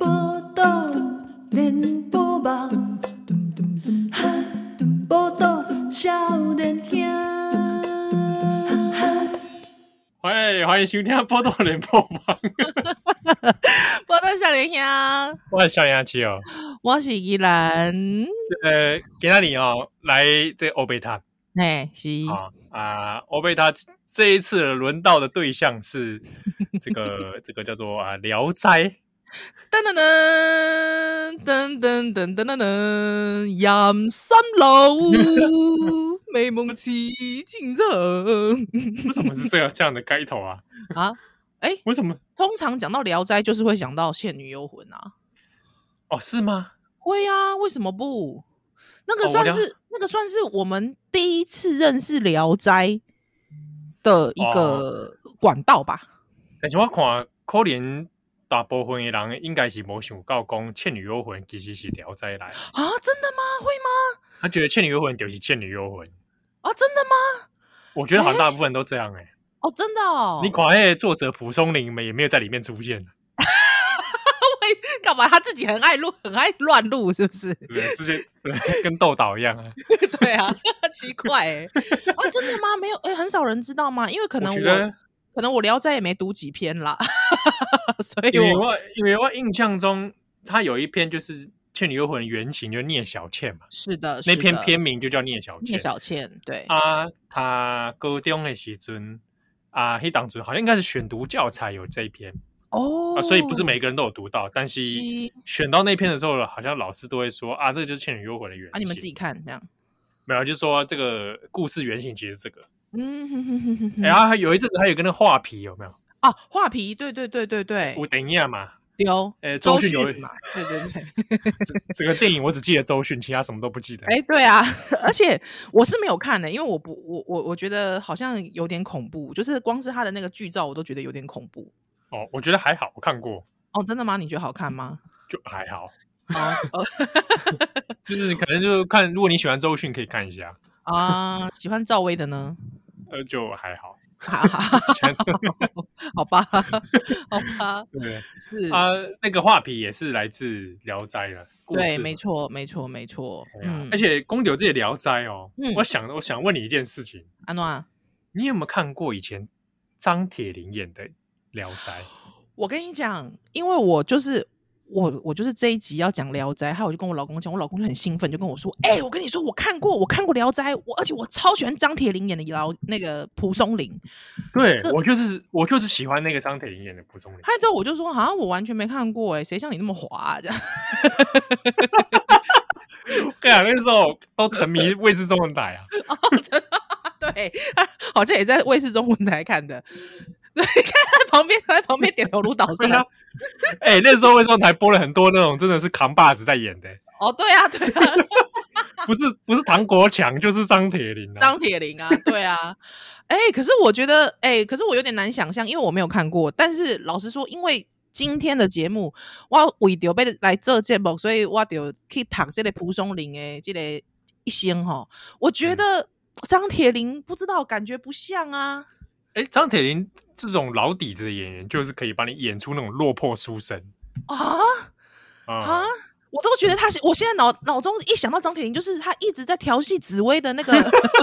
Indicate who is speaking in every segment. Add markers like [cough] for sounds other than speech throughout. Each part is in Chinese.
Speaker 1: 报道连波网，报道少年兄。
Speaker 2: 喂，欢迎收听《波多连播网》，
Speaker 3: 我到小林兄，
Speaker 2: 我是小杨七哦。
Speaker 3: 我是依兰，
Speaker 2: 呃，今天你哦来这欧贝塔
Speaker 3: 嘿，是
Speaker 2: 啊啊，欧贝塔这一次轮到的对象是这个 [laughs] 这个叫做啊《聊斋》
Speaker 3: 噔噔噔噔噔噔噔噔噔，任心
Speaker 2: [laughs]
Speaker 3: 路，美梦起进城
Speaker 2: 为什么是这样这样的开头 [laughs] 啊？
Speaker 3: 啊！哎、
Speaker 2: 为什么？
Speaker 3: 通常讲到《聊斋》，就是会想到《倩女幽魂》啊，
Speaker 2: 哦，是吗？
Speaker 3: 会啊，为什么不？那
Speaker 2: 哦
Speaker 3: 个
Speaker 2: 我
Speaker 3: 算
Speaker 2: 了
Speaker 3: 是、那个算是我们第一次认识《聊斋》的一个
Speaker 2: 哦
Speaker 3: 管道吧。
Speaker 2: 但是我看可怜大部分的人应该是没想到讲《倩女幽魂》其实是《聊斋》来的，
Speaker 3: 啊，真的吗？会吗？
Speaker 2: 他觉得《倩女幽魂》就是《倩女幽魂》，
Speaker 3: 啊，真的吗？
Speaker 2: 我觉得好像大部分都这样哎、
Speaker 3: 哦，真的哦。
Speaker 2: 你看那个作者蒲松龄没也没有在里面出现。
Speaker 3: 会干嘛？他自己很爱录，很爱乱录，是不 [laughs] 是？
Speaker 2: 对，之前对跟豆导一样啊。 [laughs] 欸
Speaker 3: 对啊，奇怪哎、啊，真的吗？没有哎、很少人知道吗？因为可能
Speaker 2: 我
Speaker 3: 我
Speaker 2: 觉得，
Speaker 3: 可能我《聊斋》也没读几篇啦， [laughs] 所以
Speaker 2: 因为
Speaker 3: 哎我
Speaker 2: 我因为我印象中，他有一篇就是《倩女幽魂》原型就聂小倩嘛，
Speaker 3: 是的，
Speaker 2: 那
Speaker 3: 是
Speaker 2: 篇
Speaker 3: 的
Speaker 2: 篇名就叫聂小
Speaker 3: 聂
Speaker 2: 倩。
Speaker 3: 小倩，对，
Speaker 2: 啊，他高中的时阵啊，黑党主好像应该是选读教材有这一篇、
Speaker 3: 哦、
Speaker 2: 啊，所以不是每个人都有读到，但是
Speaker 3: 是
Speaker 2: 选到那篇的时候，好像老师都会说啊，这个就是《倩女幽魂》的原型。
Speaker 3: 啊，你们自己看这样，
Speaker 2: 没有，就是说这个故事原型其实是这个。
Speaker 3: 嗯哼哼哼哼哼，
Speaker 2: 然后还有一阵子还有跟那画皮有没有？
Speaker 3: [laughs] 啊，画皮，对对对对对，
Speaker 2: 我等一下嘛，
Speaker 3: 丢
Speaker 2: 呃，周
Speaker 3: 周
Speaker 2: 迅有
Speaker 3: 迅嘛，对对对，
Speaker 2: 这个电影我只记得周迅，其他什么都不记得。
Speaker 3: 哎、对啊， [laughs] 而且我是没有看的，因为我不，我我我觉得好像有点恐怖，就是光是他的那个剧照，我都觉得有点恐怖。
Speaker 2: 哦，我觉得还好，我看过
Speaker 3: 哦，真的吗？你觉得好
Speaker 2: [laughs]
Speaker 3: 看吗？
Speaker 2: 就还好，
Speaker 3: 哦，哦
Speaker 2: 就是可能就是看，如果你喜欢周迅，可以看一下，
Speaker 3: [laughs] 啊，喜欢赵薇的呢？ [laughs]
Speaker 2: 呃，就还好。
Speaker 3: 哈哈，
Speaker 2: 喜欢
Speaker 3: [laughs] 好吧，好吧，
Speaker 2: 对
Speaker 3: 是，
Speaker 2: 啊，那个画皮也是来自《聊斋》的故事嘛，
Speaker 3: 对，没错，没错，没错。
Speaker 2: 对啊。
Speaker 3: 嗯
Speaker 2: 而，且公牛这《聊斋》哦
Speaker 3: 嗯，
Speaker 2: 我想我想问你一件事情，
Speaker 3: 安诺，啊
Speaker 2: 你有没有看过以前张铁林演的《聊斋》？
Speaker 3: 我跟你讲，因为我就是。我我就是这一集要讲《聊斋》，还有我就跟我老公讲，我老公就很兴奋，就跟我说：“哎、我跟你说，我看过，我看过《聊斋》，我而且我超喜欢张铁林演的老那个蒲松龄。”
Speaker 2: 对
Speaker 3: 这
Speaker 2: 我就是我就是喜欢那个张铁林演的蒲松龄。
Speaker 3: 拍之后我就说，好啊像我完全没看过哎、欸，谁像你那么滑、啊、这样？ [laughs]
Speaker 2: 对啊，那时候都沉
Speaker 3: [laughs]
Speaker 2: 迷卫视中文台啊。
Speaker 3: 对，好像也在卫视中文台看的。 [laughs] 对，看他旁边，他在旁边点头如捣
Speaker 2: 对
Speaker 3: 蒜。
Speaker 2: 啊，哎、那时候为什么台播了很多那种真的是扛把子在演的、
Speaker 3: 哦，对啊，对啊，
Speaker 2: 不是不是唐国强就是张铁林啊。
Speaker 3: 张铁林啊，对啊。哎、可是我觉得，哎、可是我有点难想象，因为我没有看过。但是老实说，因为今天的节目，我为着被来这节目，所以我就去读这个蒲松龄的这个一生哈。我觉得张铁林不知道，感觉不像啊。
Speaker 2: 哎、张铁林这种老底子的演员，就是可以把你演出那种落魄书生
Speaker 3: 啊，啊
Speaker 2: 啊。！
Speaker 3: 我都觉得他是，我现在脑脑中一想到张铁林，就是他一直在调戏紫薇的那个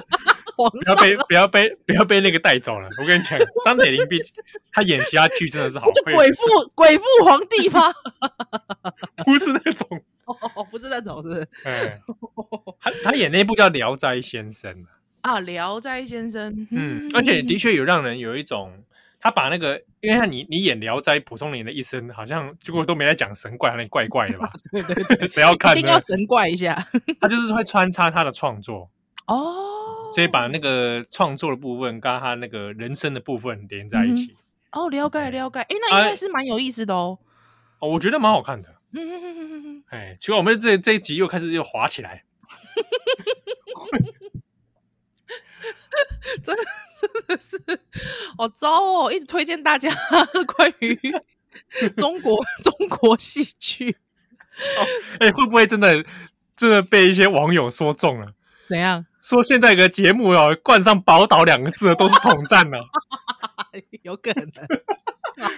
Speaker 3: [laughs] 皇
Speaker 2: 不要
Speaker 3: 上，
Speaker 2: 被不要被不要被那个带走了！我跟你讲，张铁林比他演其他剧真的是好
Speaker 3: 就
Speaker 2: 会，
Speaker 3: 鬼父鬼父皇帝吗？ [laughs]
Speaker 2: 不是那种。
Speaker 3: 哦，不是那种，是不是
Speaker 2: 哎，他他演那部叫《聊斋先生》啊
Speaker 3: 啊，《聊斋先生》
Speaker 2: 嗯，而且的确有让人有一种，他把那个，因为他你你演《聊斋》蒲松龄的一生，好像结果都没在讲神怪，有点怪怪的吧？
Speaker 3: [laughs] 对对
Speaker 2: [laughs]
Speaker 3: 对，
Speaker 2: 谁要看
Speaker 3: 一定
Speaker 2: 呢
Speaker 3: 要？神怪一下
Speaker 2: 他就是会穿插他的创作，
Speaker 3: 哦。
Speaker 2: 所以把那个创作的部分跟他那个人生的部分连在一起，
Speaker 3: 哦，了解了解，哎，那
Speaker 2: 啊
Speaker 3: 应该是蛮有意思的哦。
Speaker 2: 哦，我觉得蛮好看的。
Speaker 3: 嗯嗯嗯嗯嗯，
Speaker 2: 哎，结果我们这这一集又开始又滑起来，
Speaker 3: 真的是好糟哦，一直推荐大家 [laughs] 关于中国中国戏剧。
Speaker 2: 哎，会不会真的真的被一些网友说中了？
Speaker 3: 怎样？
Speaker 2: 说现在有个节目哦，冠上“宝岛”两个字的都是统战呢、 [laughs]
Speaker 3: 有可能，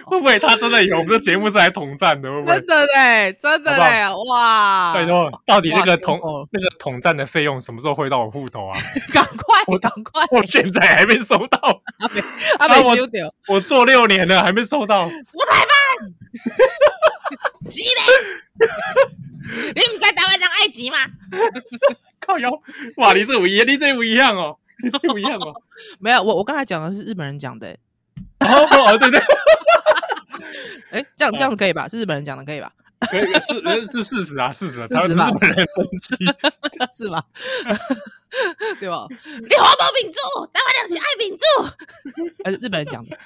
Speaker 2: 会不会他真的有我们这节目是来统战的？会不会
Speaker 3: 真？的嘞，真的嘞，哇！
Speaker 2: 拜托，到底那个
Speaker 3: 哇天
Speaker 2: 统
Speaker 3: 哦
Speaker 2: 那个统战的费用什么时候汇到我户头啊？ [laughs]
Speaker 3: 赶快，
Speaker 2: 我
Speaker 3: 赶快，
Speaker 2: 我现在还没收到，
Speaker 3: 阿美
Speaker 2: 我
Speaker 3: 修 [laughs] 掉，
Speaker 2: 我做六年了还没收到。
Speaker 4: 急嘞！你唔知台湾人爱急吗？
Speaker 2: 靠腰，哇！你这不一样，你这不一样哦，你这不一样哦。
Speaker 3: 没有，我我刚才讲的是日本人讲的、欸，
Speaker 2: 哦，哦对对，
Speaker 3: 哎、这
Speaker 2: 哦
Speaker 3: 样这样可以吧？是日本人讲的可以吧？
Speaker 2: 可以是呃是事实啊，事实啊，
Speaker 3: 事
Speaker 2: 他们
Speaker 3: 实
Speaker 2: 日
Speaker 3: 吧
Speaker 2: 本人分析。
Speaker 3: 是吧？ [laughs] 对吧？
Speaker 4: 你好无民主，台湾人是爱民主。
Speaker 3: [laughs] 呃，日本人讲的，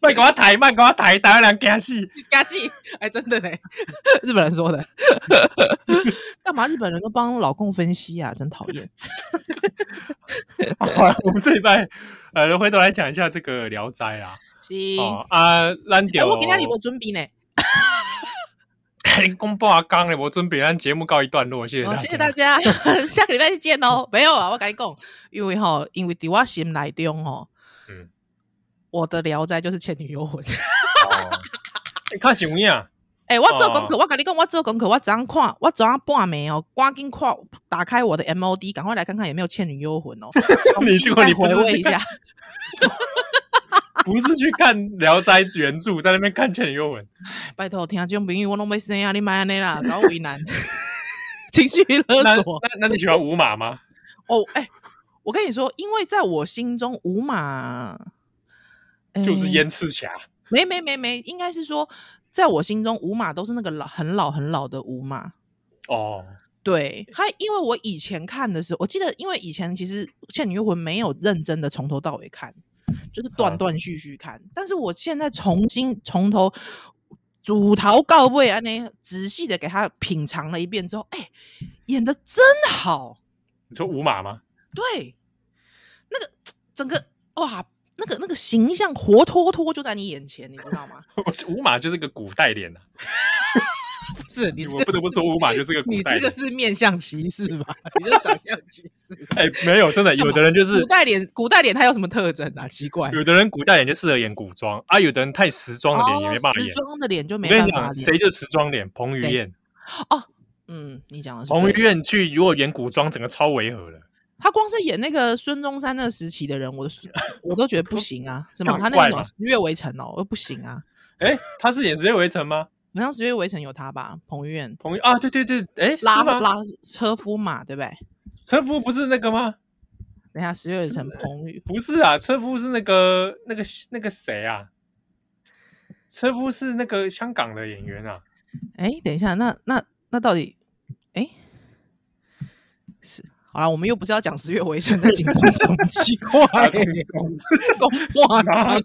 Speaker 2: 慢给我抬，慢给我抬，台湾人惊死。
Speaker 3: 加戏，哎，真的嘞，日本人说 [laughs] 的。干嘛日本人都帮老公分析啊？真讨 [laughs] 厌。
Speaker 2: 好，我们这一拜呃，回头来讲一下这个《聊斋》啦。
Speaker 3: 行，
Speaker 2: 哦啊，咱
Speaker 3: 哎、
Speaker 2: 就
Speaker 3: 我今天你无准备呢，
Speaker 2: 你公报啊，刚嘞，我准备咱节目告一段落，谢谢大
Speaker 3: 哦，
Speaker 2: 家。
Speaker 3: 谢谢大
Speaker 2: [laughs]
Speaker 3: 家，下个礼拜再见哦。没有啊，我跟你讲，因为哈，因为伫我心内中哦，
Speaker 2: 嗯
Speaker 3: 我的聊斋就是《倩女幽魂》。
Speaker 2: 哦。你看是有影，
Speaker 3: 诶、我做功课，
Speaker 2: 哦
Speaker 3: 我跟你讲，我做功课，我昨天看，我昨天半暝哦，赶紧看，打开我的 MOD，赶快来看看有没有《倩女幽魂》
Speaker 2: [laughs]
Speaker 3: 哦。重
Speaker 2: 你结
Speaker 3: 新
Speaker 2: 果你
Speaker 3: 再
Speaker 2: 不是
Speaker 3: 回味
Speaker 2: 去
Speaker 3: 一下
Speaker 2: 看，不是去看《聊斋》原著，在那边看《倩女幽魂》。
Speaker 3: 拜托，听这种朋友我拢没生啊，你买安尼啦，搞我为难， [laughs] 情绪
Speaker 2: 那
Speaker 3: 勒索。
Speaker 2: 那那你喜欢五马吗？
Speaker 3: 哦，哎、我跟你说，因为在我心中，五马、诶
Speaker 2: 就是燕赤霞。
Speaker 3: 没没没没，应该是说，在我心中，五马都是那个老很老很老的五马。
Speaker 2: 哦，
Speaker 3: 对，他因为我以前看的时候，我记得，因为以前其实《倩女幽魂》没有认真的从头到尾看，就是断
Speaker 2: 嗯
Speaker 3: 断续续看。但是我现在重新从头主头告位安呢，仔细的给他品尝了一遍之后，哎、演的真好，
Speaker 2: 你说五马吗？
Speaker 3: 对，那个整个哇，那个那个形象活脱脱就在你眼前，你知道吗？
Speaker 2: 五马就是个古代脸啊，
Speaker 3: 不是 [laughs] 你
Speaker 2: 我不得不说，五马就是个古
Speaker 3: 你
Speaker 2: 代
Speaker 3: 这个
Speaker 2: 脸。
Speaker 3: 是面相歧视吧？ [laughs] 你这长相歧视。
Speaker 2: 哎，没有，真的，有的人就是
Speaker 3: 古代脸，古代脸它有什么特征啊？奇怪，
Speaker 2: 有的人古代脸就适合演古装啊，有的人太时装的脸也没办法
Speaker 3: 哦时
Speaker 2: 演。
Speaker 3: 装的脸就
Speaker 2: 我
Speaker 3: 没
Speaker 2: 跟
Speaker 3: 办
Speaker 2: 你
Speaker 3: 法
Speaker 2: 讲，
Speaker 3: 演
Speaker 2: 谁就时装脸？彭于
Speaker 3: 谁
Speaker 2: 晏，
Speaker 3: 嗯，你讲的是
Speaker 2: 彭于
Speaker 3: 对的，
Speaker 2: 晏去如果演古装，整个超违和了。
Speaker 3: 他光是演那个孙中山那个时期的人，我的
Speaker 2: [laughs]
Speaker 3: 我都觉得不行啊，是吗？
Speaker 2: 很
Speaker 3: 他那
Speaker 2: 怪
Speaker 3: 个什么
Speaker 2: 嘛
Speaker 3: 十月围城哦，我不行啊，
Speaker 2: 哎，他是演《谁围城》吗？
Speaker 3: 好像十月围城有他吧？彭于晏
Speaker 2: 彭于啊，对对对，哎，是
Speaker 3: 拉
Speaker 2: 吗？
Speaker 3: 拉车夫嘛，对不对？
Speaker 2: 车夫不是那个吗？
Speaker 3: 等一下十月围
Speaker 2: 是
Speaker 3: 城彭于
Speaker 2: 不是啊，车夫是那个那个那个谁啊？车夫是那个香港的演员啊，
Speaker 3: 哎，等一下，那那那到底，哎，是好了，我们又不是要讲十月围城在紧
Speaker 2: [laughs]
Speaker 3: 张什么奇怪
Speaker 2: 啊 [laughs] 总之
Speaker 3: 公话
Speaker 2: 哪
Speaker 3: 的，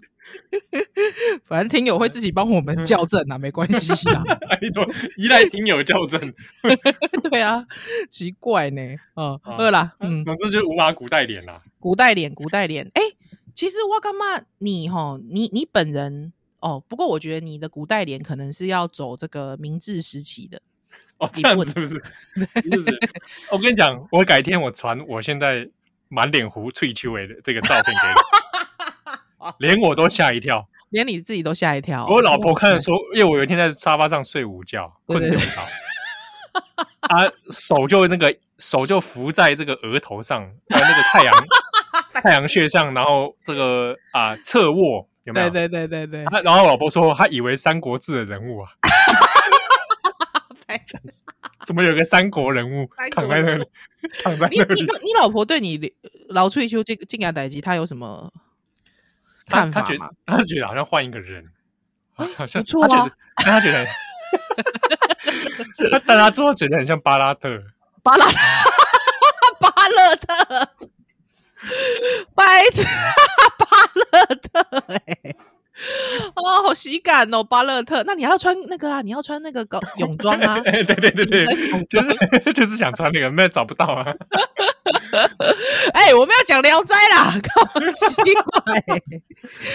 Speaker 3: [laughs] 反正听友会自己帮我们校正 [laughs] 啊，没关系啦。
Speaker 2: 一种依赖听友校正。
Speaker 3: 对啊，奇怪呢，嗯，
Speaker 2: 啊
Speaker 3: 饿啦，嗯，
Speaker 2: 总之就是无马古代脸啦。
Speaker 3: 古代脸，古代脸，哎，其实我干嘛你哈，你你本人哦，不过我觉得你的古代脸可能是要走这个明治时期的，
Speaker 2: 哦，
Speaker 3: 你
Speaker 2: 这样
Speaker 3: 不
Speaker 2: 子
Speaker 3: [laughs]
Speaker 2: 是不是？是不是？我跟你讲，我改天我传我现在满脸胡翠秋尾的这个照片给你，
Speaker 3: [laughs]
Speaker 2: 连我都吓一跳。
Speaker 3: 连你自己都吓一跳。
Speaker 2: 我老婆看了说，因为我有一天在沙发上睡午觉，
Speaker 3: 哦对
Speaker 2: 困
Speaker 3: 对
Speaker 2: 得
Speaker 3: 对
Speaker 2: 不着，她手就那个手就扶在这个额头上，呃，那个太
Speaker 3: [laughs]
Speaker 2: 阳太阳穴上，然后这个啊侧卧有没有？
Speaker 3: 对对对对
Speaker 2: [laughs]
Speaker 3: 对，
Speaker 2: 她然后我老婆说，她以为《三国志》的人物
Speaker 3: [laughs]
Speaker 2: 啊，怎么有个三国人物
Speaker 3: 三国
Speaker 2: 躺在那
Speaker 3: 人
Speaker 2: 里，躺在
Speaker 3: 你
Speaker 2: 那
Speaker 3: 你
Speaker 2: 里？
Speaker 3: 你老婆对你老退休这个这个代机，她有什么
Speaker 2: 他
Speaker 3: 看
Speaker 2: 他
Speaker 3: 法
Speaker 2: 觉
Speaker 3: 吗
Speaker 2: 得？他觉得好像换一个人，好像
Speaker 3: 不错
Speaker 2: 他觉
Speaker 3: 啊
Speaker 2: 得他觉得很，他但他之后觉得很像巴拉特，，
Speaker 3: [laughs] 巴拉巴勒特，白痴巴勒特、欸，哦，好喜感哦，巴勒特。那你要穿那个啊，你要穿那个高泳装啊
Speaker 2: 哎对对对对
Speaker 3: 紧身，
Speaker 2: 就
Speaker 3: 泳装
Speaker 2: 是 [laughs] 就是想穿那个，没有找不到啊，
Speaker 3: 哎、我们要讲《聊斋》啦，干嘛 [laughs] 奇怪、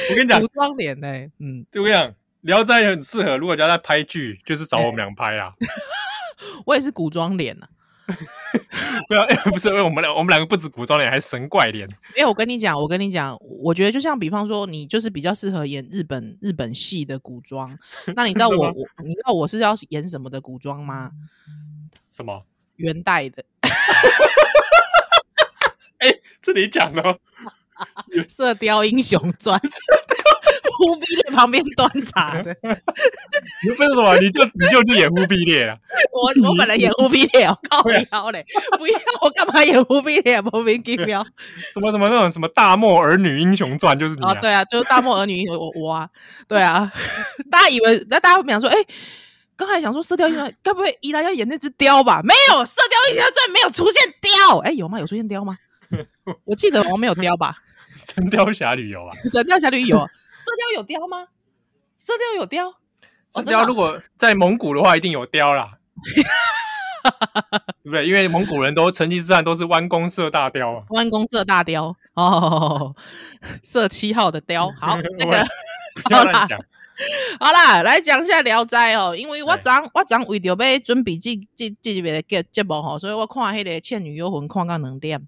Speaker 2: 我跟你讲，
Speaker 3: 古
Speaker 2: 我
Speaker 3: 装脸呢、嗯，
Speaker 2: 跟你讲，《聊斋》很适啊合，
Speaker 3: [laughs]
Speaker 2: 如果叫他拍剧，就是找我们俩拍啦，
Speaker 3: 我也是古装脸啊。
Speaker 2: 对啊， [laughs] 哎不是，因为我们两我们两个不止古装脸，还神怪脸。
Speaker 3: 因为我跟你讲，我跟你讲，我觉得就像比方说，你就是比较适合演日本日本戏的古装，那你知道
Speaker 2: 真的
Speaker 3: 我
Speaker 2: 吗
Speaker 3: 我你知道我是要演什么的古装吗？
Speaker 2: 什么？
Speaker 3: 元代的
Speaker 2: 哎、这里讲的哦，
Speaker 3: 《射雕英雄
Speaker 2: [laughs]
Speaker 3: 传》， [laughs] 忽必烈旁边端茶的，
Speaker 2: 你不是什么，你就你就去演忽必烈了。
Speaker 3: 我我本来演忽必烈哦，靠
Speaker 2: 对啊
Speaker 3: 腰嘞，不要我干嘛演忽必烈？啊莫名其妙。
Speaker 2: 什么什么那种什么大漠儿女英雄传，就是你、
Speaker 3: 啊，
Speaker 2: [laughs]
Speaker 3: 对啊，就是大漠儿女，我我啊，对啊， [laughs] 大家以为那大家会想说，哎、刚才想说《射雕英雄传》，该不会依然要演那只雕吧？没有，《射雕英雄传》没有出现雕，哎、有吗？有出现
Speaker 2: [laughs]
Speaker 3: 雕吗？我记得好像没有雕吧， [laughs]
Speaker 2: 神雕侠侣》有啊。
Speaker 3: 《神雕侠侣》有，《射雕》有雕吗？《射雕》有雕，哦
Speaker 2: 神
Speaker 3: 真的
Speaker 2: 雕
Speaker 3: 啊
Speaker 2: 如果在蒙古的话，一定有雕
Speaker 3: [laughs]
Speaker 2: 啦，对不对？因为蒙古人都成吉思汗都是弯弓射大雕啊。
Speaker 3: 关公射大雕哦， [laughs] 射七号的雕。
Speaker 2: 嗯 [laughs]
Speaker 3: 好，哦那个
Speaker 2: 我不要乱讲，
Speaker 3: 好啦，来讲一下《聊斋》哦，因为我
Speaker 2: 对
Speaker 3: 昨我昨为着要准备这这这一个节节目哦吼，所以我看迄个《倩女幽魂》看到两点。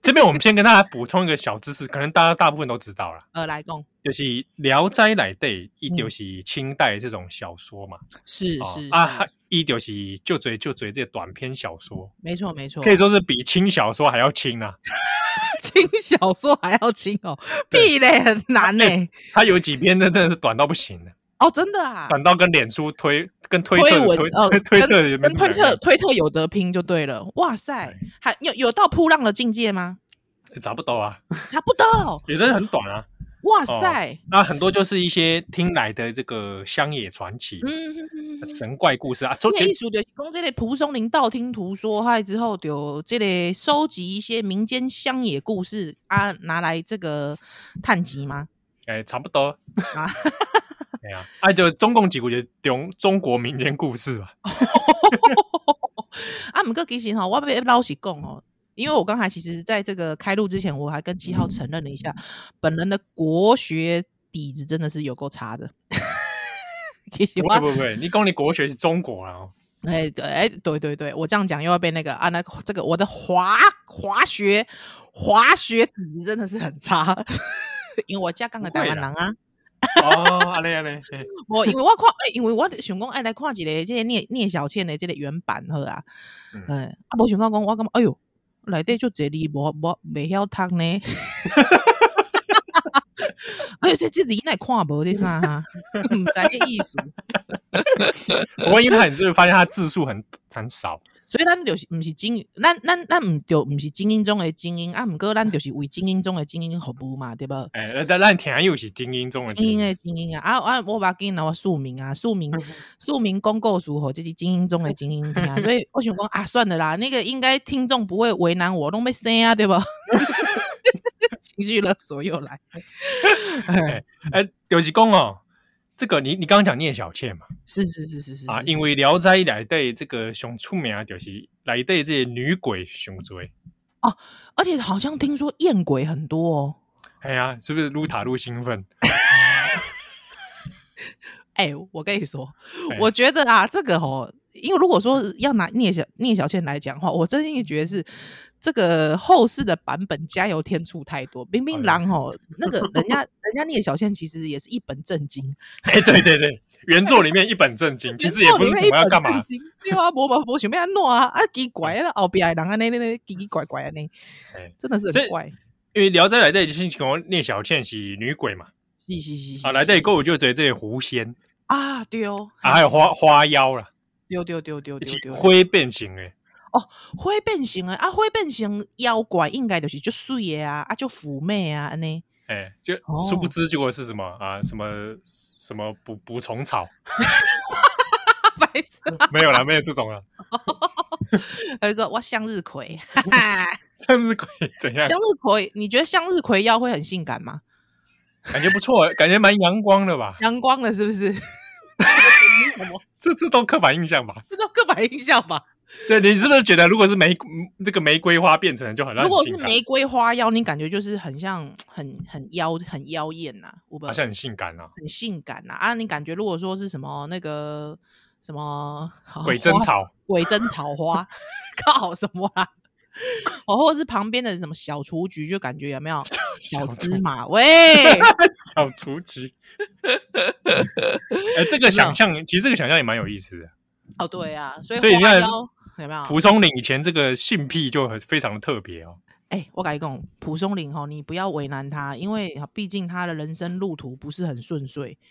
Speaker 2: 这边我们先跟大家补充一个小知识，可能大家大部分都知道了，
Speaker 3: 呃，来讲
Speaker 2: 就是《聊斋》来对，一就是清代这种小说嘛，
Speaker 3: 嗯是
Speaker 2: 哦
Speaker 3: 是
Speaker 2: 啊
Speaker 3: 是，
Speaker 2: 一就是就嘴就嘴这短篇小说，
Speaker 3: 没错没错，
Speaker 2: 可以说是比轻小说还要轻
Speaker 3: [laughs]
Speaker 2: 啊。
Speaker 3: 轻小说还要轻哦，
Speaker 2: 对哎
Speaker 3: 屁嘞，很难嘞。
Speaker 2: 它有几篇那真的是短到不行的，
Speaker 3: 哦，真的啊，
Speaker 2: 短到跟脸书推跟推特
Speaker 3: 推
Speaker 2: 的
Speaker 3: 文
Speaker 2: 推
Speaker 3: 哦，
Speaker 2: 推推特的没
Speaker 3: 跟
Speaker 2: 什么哎
Speaker 3: 推
Speaker 2: 两
Speaker 3: 特
Speaker 2: 样，
Speaker 3: 推特有得拼就对了。哇塞
Speaker 2: 对，
Speaker 3: 还有有到扑浪的境界吗？
Speaker 2: 差不多啊，
Speaker 3: 差不多。
Speaker 2: 有的很短啊。
Speaker 3: 哇塞，
Speaker 2: 那很多就是一些听来的这个乡野传奇、
Speaker 3: 嗯嗯嗯嗯嗯
Speaker 2: 神怪故事啊，周
Speaker 3: 这个意思就是讲，这个蒲松龄道听途说，还之后就这个收集一些民间乡野故事啊，拿来这个探集吗？
Speaker 2: 哎差不多
Speaker 3: [laughs]
Speaker 2: [laughs]
Speaker 3: 啊
Speaker 2: 啊，对啊，啊就中共几股就是中中国民间故事吧，
Speaker 3: 啊，不过其实哈，我被老实讲哦，因为我刚才其实在这个开录之前，我还跟七号承认了一下，本人的国学底子真的是有够差的。 [laughs] 其实
Speaker 2: 不
Speaker 3: 我
Speaker 2: 会不会，你讲你国学是中国啊、
Speaker 3: [laughs]
Speaker 2: 哦，
Speaker 3: 哎对哎对对对，我这样讲又要被那个啊那个这个我的滑滑雪滑雪底真的是很差， [laughs] 因为我家刚的
Speaker 2: 不会
Speaker 3: 台湾
Speaker 2: 啦
Speaker 3: 人啊，
Speaker 2: 哦，阿嘞阿嘞，嘿
Speaker 3: 我因为我看哎、因为我想讲哎来看一个这个聂聂小倩的这个原版好啊，
Speaker 2: 嗯
Speaker 3: 哎、啊无想到讲我感觉哎哟，内底就这字无无未晓读呢。 [laughs] 哎呦，这这字你来看无这啥、 [laughs] 啊，唔知个意思。
Speaker 2: 不过因为他你就会发现他字数很很少，
Speaker 3: 所以咱就是唔是精英，咱咱咱唔就唔是精英中的精英，啊，唔过咱就是为精英中的精英服务嘛，对吧？
Speaker 2: 哎，但但听又是精英中的
Speaker 3: 精
Speaker 2: 精
Speaker 3: 英
Speaker 2: 英，
Speaker 3: 的精英啊，啊啊！我把给拿我庶民啊，庶 [laughs] 民庶民公告书吼，这是精英中的精英听啊，所以我想讲啊，算了啦，那个应该听众不会为难我，弄被生啊，对吧？ [laughs] 情绪勒索又来，
Speaker 2: [laughs] 哎，就是讲哦，这个你你刚刚讲聂小倩嘛。
Speaker 3: 是是是是是
Speaker 2: 啊，
Speaker 3: 是
Speaker 2: 因为《聊斋》内底这个上出名的啊就是内底这个女鬼上多，
Speaker 3: 而且好像听说艳鬼很多哦。
Speaker 2: 哎呀，是不是撸塔撸兴奋？ [laughs]
Speaker 3: 哎、我跟你说，
Speaker 2: [laughs] 哎
Speaker 3: 我觉得啊，这个哦，因为如果说要拿聂小聂小倩来讲的话，我真心觉得是这个后世的版本加油添醋太多。冰
Speaker 2: 哎
Speaker 3: 冰狼
Speaker 2: [laughs]
Speaker 3: 哦，那个人家人家聂小倩其实也是一本正经，
Speaker 2: 哎，对对对，原作里面一本正
Speaker 3: [laughs]
Speaker 2: 经， [laughs] 其实也
Speaker 3: 原作
Speaker 2: 不是什
Speaker 3: 里面
Speaker 2: 么要
Speaker 3: 一本
Speaker 2: 干嘛
Speaker 3: 正，经，对啊，我我我想要弄啊啊，奇怪啊，后边的人啊那那那奇奇怪怪啊那
Speaker 2: 哎，
Speaker 3: 真的是
Speaker 2: 这
Speaker 3: 很怪。
Speaker 2: 因为《聊斋》内底就是讲聂小倩是女鬼嘛，
Speaker 3: 是是是是
Speaker 2: 啊，内底购有就这这狐仙
Speaker 3: [laughs] 啊，对哦，
Speaker 2: 啊，还有花花妖啦，
Speaker 3: 对对对对对
Speaker 2: 是
Speaker 3: 对，
Speaker 2: 灰变形欸的，
Speaker 3: 灰变形的啊，灰变形妖怪应该就是就水的啊，啊就妩媚啊安 [laughs] 尼。
Speaker 2: 哎，就
Speaker 3: 哦
Speaker 2: 殊不知结果是什么啊？什么什么捕捕虫草？
Speaker 3: 啊白痴，
Speaker 2: 没有啦，没有这种啦， [laughs]
Speaker 3: 他就说我向日 [laughs] 葵，哈哈，
Speaker 2: 向日鬼怎样？
Speaker 3: 向日葵，你觉得向日葵药会很性感吗？
Speaker 2: 感觉不错，感觉蛮阳光的吧？
Speaker 3: 阳光的，是不是？
Speaker 2: 这这都刻板印象吧？
Speaker 3: [laughs] 这都刻板印象吧。
Speaker 2: 对你是不是觉得，如果是玫嗯这个玫瑰花变成的就很让
Speaker 3: 如
Speaker 2: 你
Speaker 3: 果
Speaker 2: 性
Speaker 3: 是
Speaker 2: 感
Speaker 3: 玫瑰花妖，你感觉就是很像很很妖很妖艳呐、我不
Speaker 2: 好像很性感啊？
Speaker 3: 很性感呐啊你感觉如果说是什么那个什么 [laughs] 好
Speaker 2: 鬼针
Speaker 3: 花
Speaker 2: 草，
Speaker 3: 鬼针草花， [laughs] 靠什么啊？哦，或者是旁边的什么小雏菊，就感觉有没有 [laughs] 小
Speaker 2: 小
Speaker 3: 芝
Speaker 2: 雏
Speaker 3: 麻？喂，
Speaker 2: 小雏菊。哎，这个想象，
Speaker 3: 啊
Speaker 2: 其实这个想象也蛮有意思的。
Speaker 3: [laughs] 哦，对啊，所以
Speaker 2: 所以你
Speaker 3: 花
Speaker 2: 看
Speaker 3: 妖有没有？
Speaker 2: 蒲松龄以前这个性癖就很非常的特别哦。
Speaker 3: 哎、我跟你讲，蒲松龄吼，你不要为难他，因为毕竟他的人生路途不是很顺遂。 [laughs]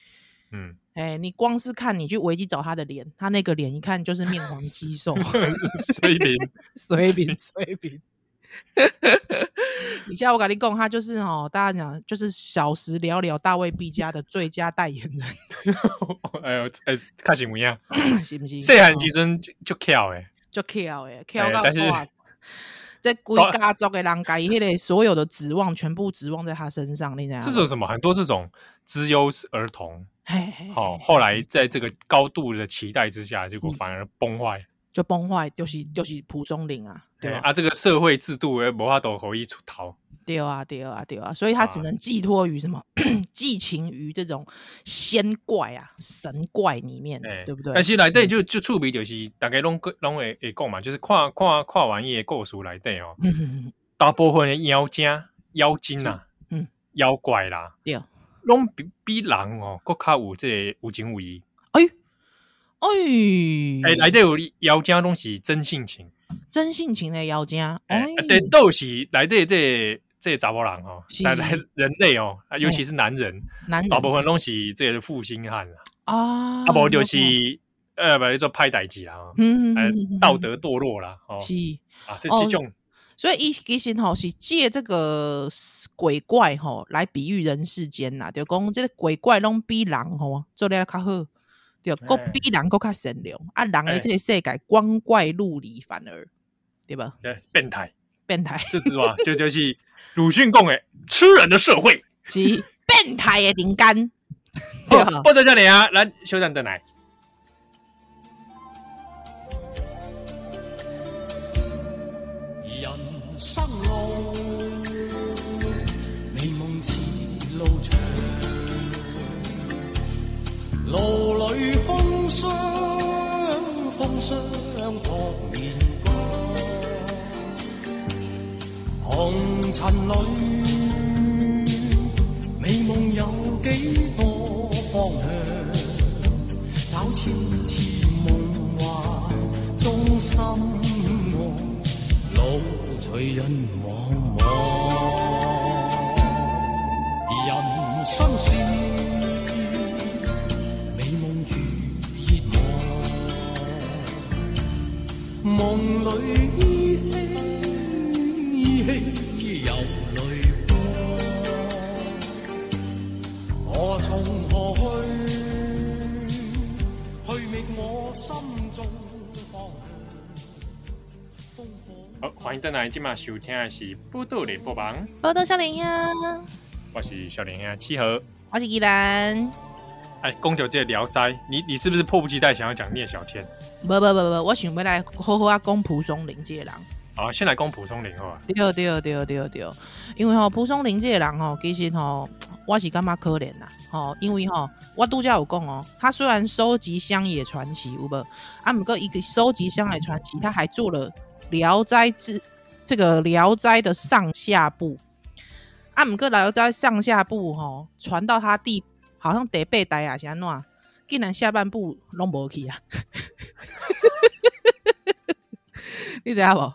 Speaker 2: 嗯，
Speaker 3: 哎、你光是看你去维基找他的脸，他那个脸一看就是面黄肌瘦，
Speaker 2: 所以林
Speaker 3: [laughs] 水 [laughs] 饼水饼。以下我跟你讲，他就是哦，大家讲就是小时聊聊大卫毕加的最佳代言人，
Speaker 2: 哎呦，哎，看什么样？
Speaker 3: [clears throat] 是不是？
Speaker 2: 细汉
Speaker 3: 哦
Speaker 2: 时阵就就哎巧诶，
Speaker 3: 就 kill 诶，kill
Speaker 2: 哎
Speaker 3: 到
Speaker 2: 但是 [laughs]
Speaker 3: 哇！这规家族的人，家迄个所有的指望，全部指望在他身上，你知道吗？
Speaker 2: 这种什么很多这种资优儿童，
Speaker 3: 嘿，嘿
Speaker 2: 哦，
Speaker 3: 嘿
Speaker 2: 后来在这个高度的期待之下，
Speaker 3: 嗯
Speaker 2: 结果反而崩坏。
Speaker 3: 就崩坏，就是就是蒲松龄啊，对
Speaker 2: 哎
Speaker 3: 吧？
Speaker 2: 啊，这个社会制度也无法度可以出逃。
Speaker 3: 对啊，对啊，对啊，所以他只
Speaker 2: 啊
Speaker 3: 能寄托于什么？ [clears throat] 寄情于这种仙怪啊、神怪里面
Speaker 2: 哎，，
Speaker 3: 嗯对不对？
Speaker 2: 但是来底就就触笔就是大概拢拢会会讲嘛，就是看看看完伊的故事来底哦，
Speaker 3: 嗯嗯，嗯
Speaker 2: 大部分的妖精、妖精啊，
Speaker 3: 是嗯，
Speaker 2: 妖怪啦，
Speaker 3: 对。
Speaker 2: 拢比比人哦，搁较有这个有情有义。
Speaker 3: 哎嗯
Speaker 2: 哎，，来底有妖精拢是真性情，
Speaker 3: 真性情的妖精，
Speaker 2: 哎，
Speaker 3: 哎
Speaker 2: 啊，对，都是来底这个这个查某人哦，
Speaker 3: 是嗯
Speaker 2: 来来人类哦，啊尤其是男人，
Speaker 3: 男人
Speaker 2: 大部分拢是这个负心汉啦，
Speaker 3: 啊，
Speaker 2: 啊无就
Speaker 3: 我
Speaker 2: 是
Speaker 3: 懂
Speaker 2: 呃，不然做歹代志啦，哦
Speaker 3: 嗯，嗯
Speaker 2: 哎
Speaker 3: 嗯嗯，
Speaker 2: 道
Speaker 3: 嗯
Speaker 2: 德堕落啦，哦，
Speaker 3: 是。
Speaker 2: 啊，这
Speaker 3: 哦
Speaker 2: 这种。
Speaker 3: 所以伊其实吼是借这个鬼怪吼来比喻人世间呐，就讲这个鬼怪拢比人吼做了较好，对，
Speaker 2: 哎
Speaker 3: 国比人国较善良啊，人的
Speaker 2: 哎
Speaker 3: 这个世界光怪陆离，反而对吧？
Speaker 2: 对，哎变态，
Speaker 3: 变态
Speaker 2: 这是什么？ [laughs] 这就是鲁迅讲的吃人的社会。
Speaker 3: 是变态的灵感，
Speaker 2: 不
Speaker 3: 对吧？
Speaker 2: 不在这里啊，来休战的来。
Speaker 5: 人生路，美梦似路长，路里风霜，风霜扑面光，红尘里，美梦有几多方向？找千次夢幻，中心愛，路隨人茫茫。人生是美夢如熱望，夢裏依稀依稀有淚光。我從何去？去覓我心中方向。烽火。
Speaker 2: 好，欢迎回来，今晚收听的是《波多连播榜》，
Speaker 3: 报道少年呀，
Speaker 2: 我是小林兄七和。
Speaker 3: 我是依兰，
Speaker 2: 哎，公九这《聊斋》，你你是不是迫不及待想要讲聂小天？
Speaker 3: 不不不不，我想要来好好啊讲蒲松龄这个人。
Speaker 2: 好，先来攻蒲松龄好啊吧？
Speaker 3: 对对对对对，因为吼、蒲松龄这个人吼、其实吼、我是感觉可怜啦，吼、因为吼、我拄则有讲哦，他虽然收集乡野传奇，有无？啊，毋过一个收集乡野传奇，他还做了《聊斋志》这个《聊斋》的上下部。啊，毋过《聊斋》上下部吼、传到他第好像第八代啊，是安怎样？竟然下半部拢无去啊！ [laughs] 你知影无？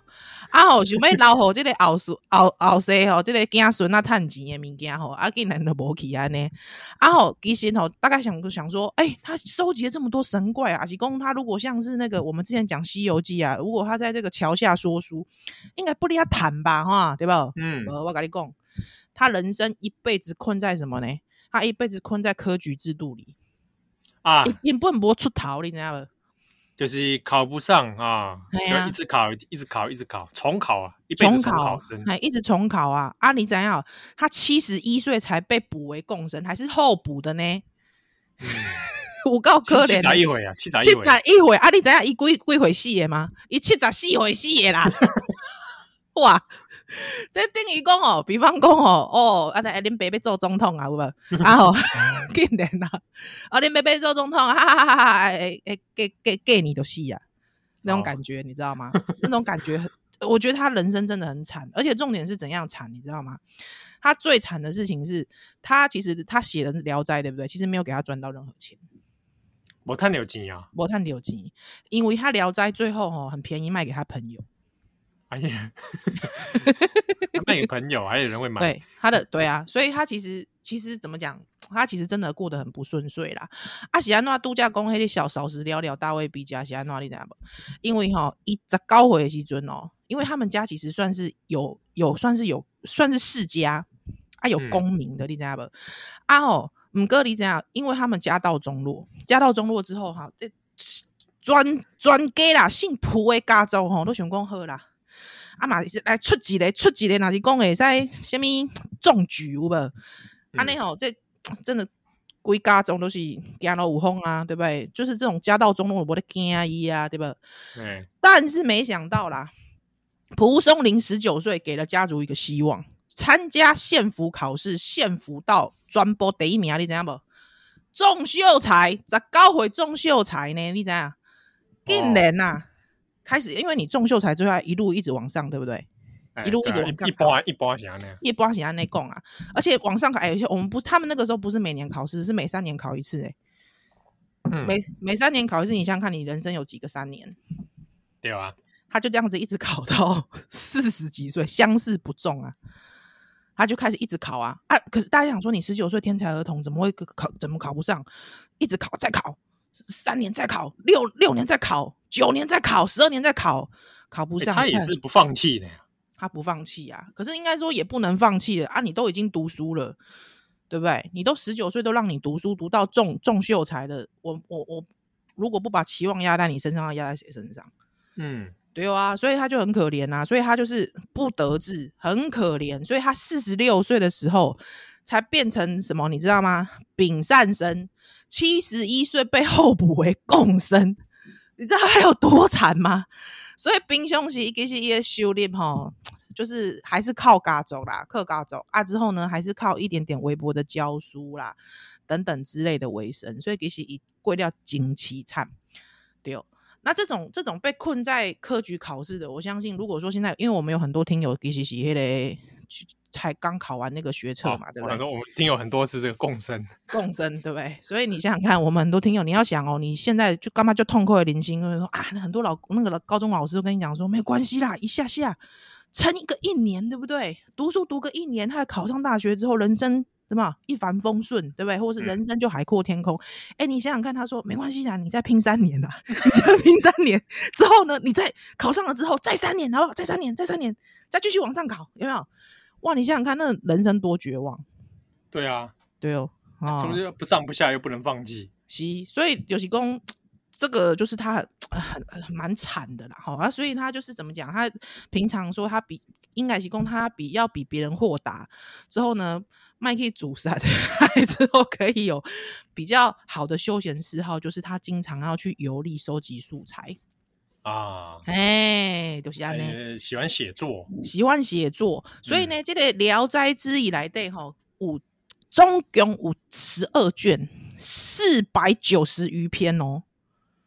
Speaker 3: 啊吼，想要留互即个后孙后后世吼，即、个囝孙啊，趁钱诶物件吼，啊，竟然都无去安尼。啊吼，其实吼，大概想想说，诶、他收集了这么多神怪啊，是公他如果像是那个我们之前讲《西游记》啊，如果他在这个桥下说书，应该不离他谈吧，哈，对吧？
Speaker 2: 嗯，
Speaker 3: 呃，我跟你讲，他人生一辈子困在什么呢？他一辈子困在科举制度里，
Speaker 2: 啊，
Speaker 3: 根本无出头，你知道无？
Speaker 2: 就是考不上啊，
Speaker 3: 哎呀
Speaker 2: 就一直考，一直考，一直考，重考啊，一辈
Speaker 3: 重
Speaker 2: 子重
Speaker 3: 考
Speaker 2: 考生，
Speaker 3: 还一直重考啊！啊，你怎样？他七十一岁才被补为贡生，还是候补的呢？ [laughs]
Speaker 2: 嗯，
Speaker 3: 我够可
Speaker 2: 七
Speaker 3: 怜
Speaker 2: 十
Speaker 3: 的，
Speaker 2: 一回啊，七十
Speaker 3: 七
Speaker 2: 一回，
Speaker 3: 十一岁 [laughs] 啊！你知影伊几几岁死的吗？伊七十四岁死的啦！哇，这等于讲哦，比方讲哦，哦，啊，那恁爸爸做总统啊，有 [laughs] 无？
Speaker 2: [laughs]
Speaker 3: 啊吼，竟然啊，啊，恁爸爸做总统，哈哈哈哈哈！哎哎，给给给你就死啊，那种
Speaker 2: 哦
Speaker 3: 感觉你知道吗？ [laughs] 那种感觉很，我觉得他人生真的很惨，而且重点是怎样惨，你知道吗？他最惨的事情是他其实他写的《聊斋》，对不对？其实没有给他赚到任何钱。
Speaker 2: 我太牛筋啊！
Speaker 3: 我探有钱，因为他《聊斋》最后哦很便宜卖给他朋友，
Speaker 2: 哎
Speaker 3: [laughs]
Speaker 2: 呀，卖给朋友，还有人会买。
Speaker 3: 对他的对啊，所以他其实其实怎么讲，他其实真的过得很不顺遂啦。啊，喜安诺度假宫那些小少时聊聊大卫比家喜安诺你知道不？因为哈、一十高回的时阵哦，因为他们家其实算是有有算是有算是世家啊，有
Speaker 2: 嗯
Speaker 3: 功名的，你知道不？啊哦，唔哥你知道，因为他们家道中落，家道中落之后哈，这专专家啦，姓蒲的家族吼都想讲好啦。啊嘛是来出一个，出一个，若是讲会使什物中举有无？安尼吼，这真的规家中都是行路有风啊，对不对？就是这种家道中落，我的惊伊啊，对不对？
Speaker 2: 对，
Speaker 3: 但是没想到啦，蒲松龄十九岁给了家族一个希望，参加县府考试，县府到专播第一名，你知影无？中秀才，十九岁中秀才呢？你知影？竟然呐、开始因为你中秀才之后一路一直往上，对不对？
Speaker 2: 哎
Speaker 3: 一路一直
Speaker 2: 对啊
Speaker 3: 往上
Speaker 2: 一般一般想呢。
Speaker 3: 一般喜欢内供啊，而且往上考，哎、有些我们不，他们那个时候不是每年考试，是每三年考一次、欸，哎、
Speaker 2: 嗯，
Speaker 3: 每每三年考一次，你想想看，你人生有几个三年？
Speaker 2: 对啊，
Speaker 3: 他就这样子一直考到 [laughs] 四十几岁，相似不中啊。他就开始一直考啊啊！可是大家想说，你十九岁天才儿童怎么会考怎么考不上？一直考再考，三年再考，六六年再考，九年再考，十二年再考，考不
Speaker 2: 哎
Speaker 3: 上。
Speaker 2: 他
Speaker 3: 你
Speaker 2: 也
Speaker 3: 看
Speaker 2: 是不放弃的啊呀。
Speaker 3: 他不放弃啊。可是应该说也不能放弃了啊！你都已经读书了，对不对？你都十九岁都让你读书读到中中秀才的，我我我如果不把期望压在你身上，要压在谁身上？
Speaker 2: 嗯，
Speaker 3: 对啊，所以他就很可怜啊，所以他就是不得志，很可怜。所以他四十六岁的时候才变成什么，你知道吗？丙善生，七十一岁被候补为贡生，你知道他有多惨吗？所以冰凶其实是一些修炼哈，就是还是靠嘎走啦，靠嘎走啊，之后呢还是靠一点点微薄的教书啦，等等之类的为生，所以其实以贵掉景凄惨，对哦。那这种这种被困在科举考试的，我相信，如果说现在，因为我们有很多听友其实是那个才刚考完那个学测
Speaker 2: 好
Speaker 3: 嘛，，对
Speaker 2: 哦我
Speaker 3: 不对
Speaker 2: 很？多我们听有很多是这个共生，
Speaker 3: 共生，对不对？所以你想想看，我们很多听友，你要想哦，你现在就干嘛就痛快的零星，就是说啊，很多老那个高中老师都跟你讲说，没有关系啦，一下下撑一个一年，对不对？读书读个一年，他考上大学之后，人生什么一帆风顺，对不对？或是
Speaker 2: 嗯
Speaker 3: 人生就海阔天空。哎、你想想看，他说没关系啦，你再拼三年啦，你再拼三年之后呢，你再考上了之后再三年，然后再三年，再三年，再继续往上考，有没有？哇，你想想看，那人生多绝望，
Speaker 2: 对啊，
Speaker 3: 对哦。啊
Speaker 2: 从这不上不下又不能放弃。
Speaker 3: 是，所以有时讲这个就是他很呃很很蛮惨的啦，好啊，所以他就是怎么讲，他平常说他比应该是讲他比要比别人豁达，之后呢，麦可以阻杀之后可以有比较好的休闲嗜好，就是他经常要去游历收集素材，
Speaker 2: 啊，
Speaker 3: 哎、就是这样呢。
Speaker 2: 呃，喜欢写作，
Speaker 3: 喜欢写作，所以呢，这个《聊斋志异》来对吼，有总共有十二卷，四百九十余篇哦。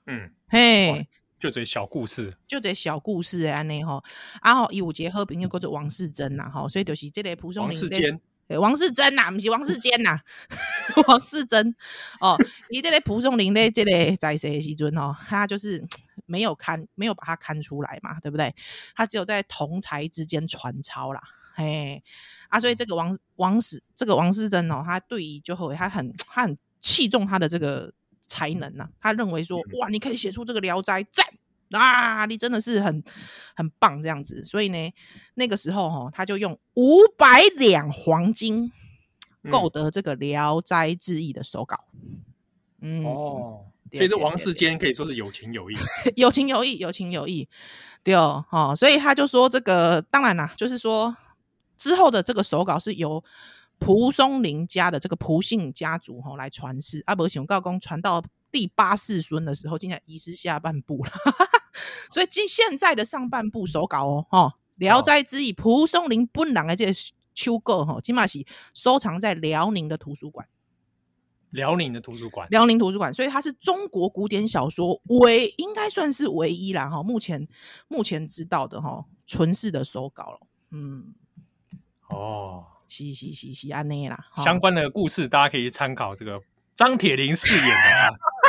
Speaker 2: 嗯，
Speaker 3: 嘿，
Speaker 2: 就这小故事，
Speaker 3: 就这小故事诶，安尼吼，啊吼，伊有一个好朋友叫做王世贞呐吼，所以就是这个蒲松
Speaker 2: 王
Speaker 3: 龄
Speaker 2: 世
Speaker 3: 这
Speaker 2: 坚，
Speaker 3: 对，王世贞呐、毋是王世坚呐、 [laughs] 王世贞哦，伊这个蒲松龄咧，这个在世的时阵哦，他就是没有看，没有把它看出来嘛，对不对？他只有在同才之间传抄啦，嘿啊，
Speaker 2: 嗯
Speaker 3: 所以这个王王世这个王世贞哦，他对于就后他很他很器重他的这个才能呐、他认为说
Speaker 2: 嗯
Speaker 3: 哇，你可以写出这个《聊斋》，赞！啊，你真的是很很棒这样子，所以呢，那个时候哈、他就用五百两黄金
Speaker 2: 嗯
Speaker 3: 购得这个《聊斋志异》的手稿。嗯，
Speaker 2: 哦，
Speaker 3: 对
Speaker 2: 所以这
Speaker 3: 对
Speaker 2: 王
Speaker 3: 对
Speaker 2: 世
Speaker 3: 对
Speaker 2: 坚可以说是有情有义，
Speaker 3: [laughs] 有情有义，有情有义，对哦，哦，所以他就说这个，当然啦，就是说之后的这个手稿是由蒲松龄家的这个蒲姓家族吼、来传世，啊阿伯熊告公传到第八世孙 [laughs] 的时候，竟然遗失下半部了，所以今现在的上半部手稿哦，哦，聊斋之弈》蒲松龄本人的这个秋构哈，起码是收藏在辽宁的图书馆。
Speaker 2: 辽宁的图书馆，
Speaker 3: 辽宁图书馆，所以它是中国古典小说唯应该算是唯一啦哈，目前目前知道的哈，纯式的手稿了，嗯，
Speaker 2: 哦，
Speaker 3: 是是是是安内啦，哈
Speaker 2: 相关的故事大家可以参考这个张铁林饰演的啊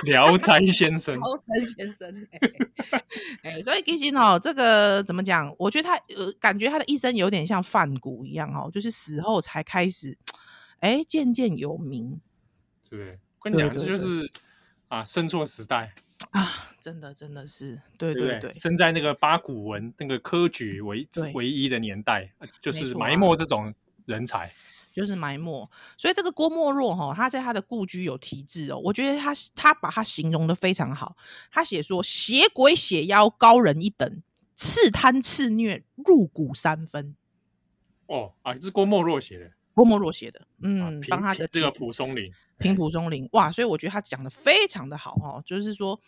Speaker 2: 聊斋先
Speaker 3: [laughs]
Speaker 2: 生，
Speaker 3: 高山先生，哎、 [laughs] 哎所以其实哦，这个怎么讲？我觉得他呃，感觉他的一生有点像范谷一样哦，就是死后才开始，哎，渐渐有名
Speaker 2: 是不是？跟你讲，
Speaker 3: 对
Speaker 2: 这
Speaker 3: 对
Speaker 2: 就是啊，生错时代，
Speaker 3: 啊，真的真的是，对
Speaker 2: 对不
Speaker 3: 对
Speaker 2: 对？
Speaker 3: 对，
Speaker 2: 生在那个八股文那个科举为
Speaker 3: 对
Speaker 2: 唯一的年代，啊就是
Speaker 3: 错啊
Speaker 2: 埋没这种人才。
Speaker 3: 就是埋没。所以这个郭沫若哈、他在他的故居有题字哦，我觉得他他把他形容的非常好。他写说：“邪鬼血妖高人一等，刺贪刺虐入骨三分。
Speaker 2: 哦啊，这是郭沫若写的，”
Speaker 3: 郭沫若写的，
Speaker 2: 啊
Speaker 3: 嗯，
Speaker 2: 平
Speaker 3: 帮他的
Speaker 2: 这个哎
Speaker 3: 题字
Speaker 2: 蒲松龄，
Speaker 3: 平蒲松龄哇，所以我觉得他讲的非常的好哦，就是说，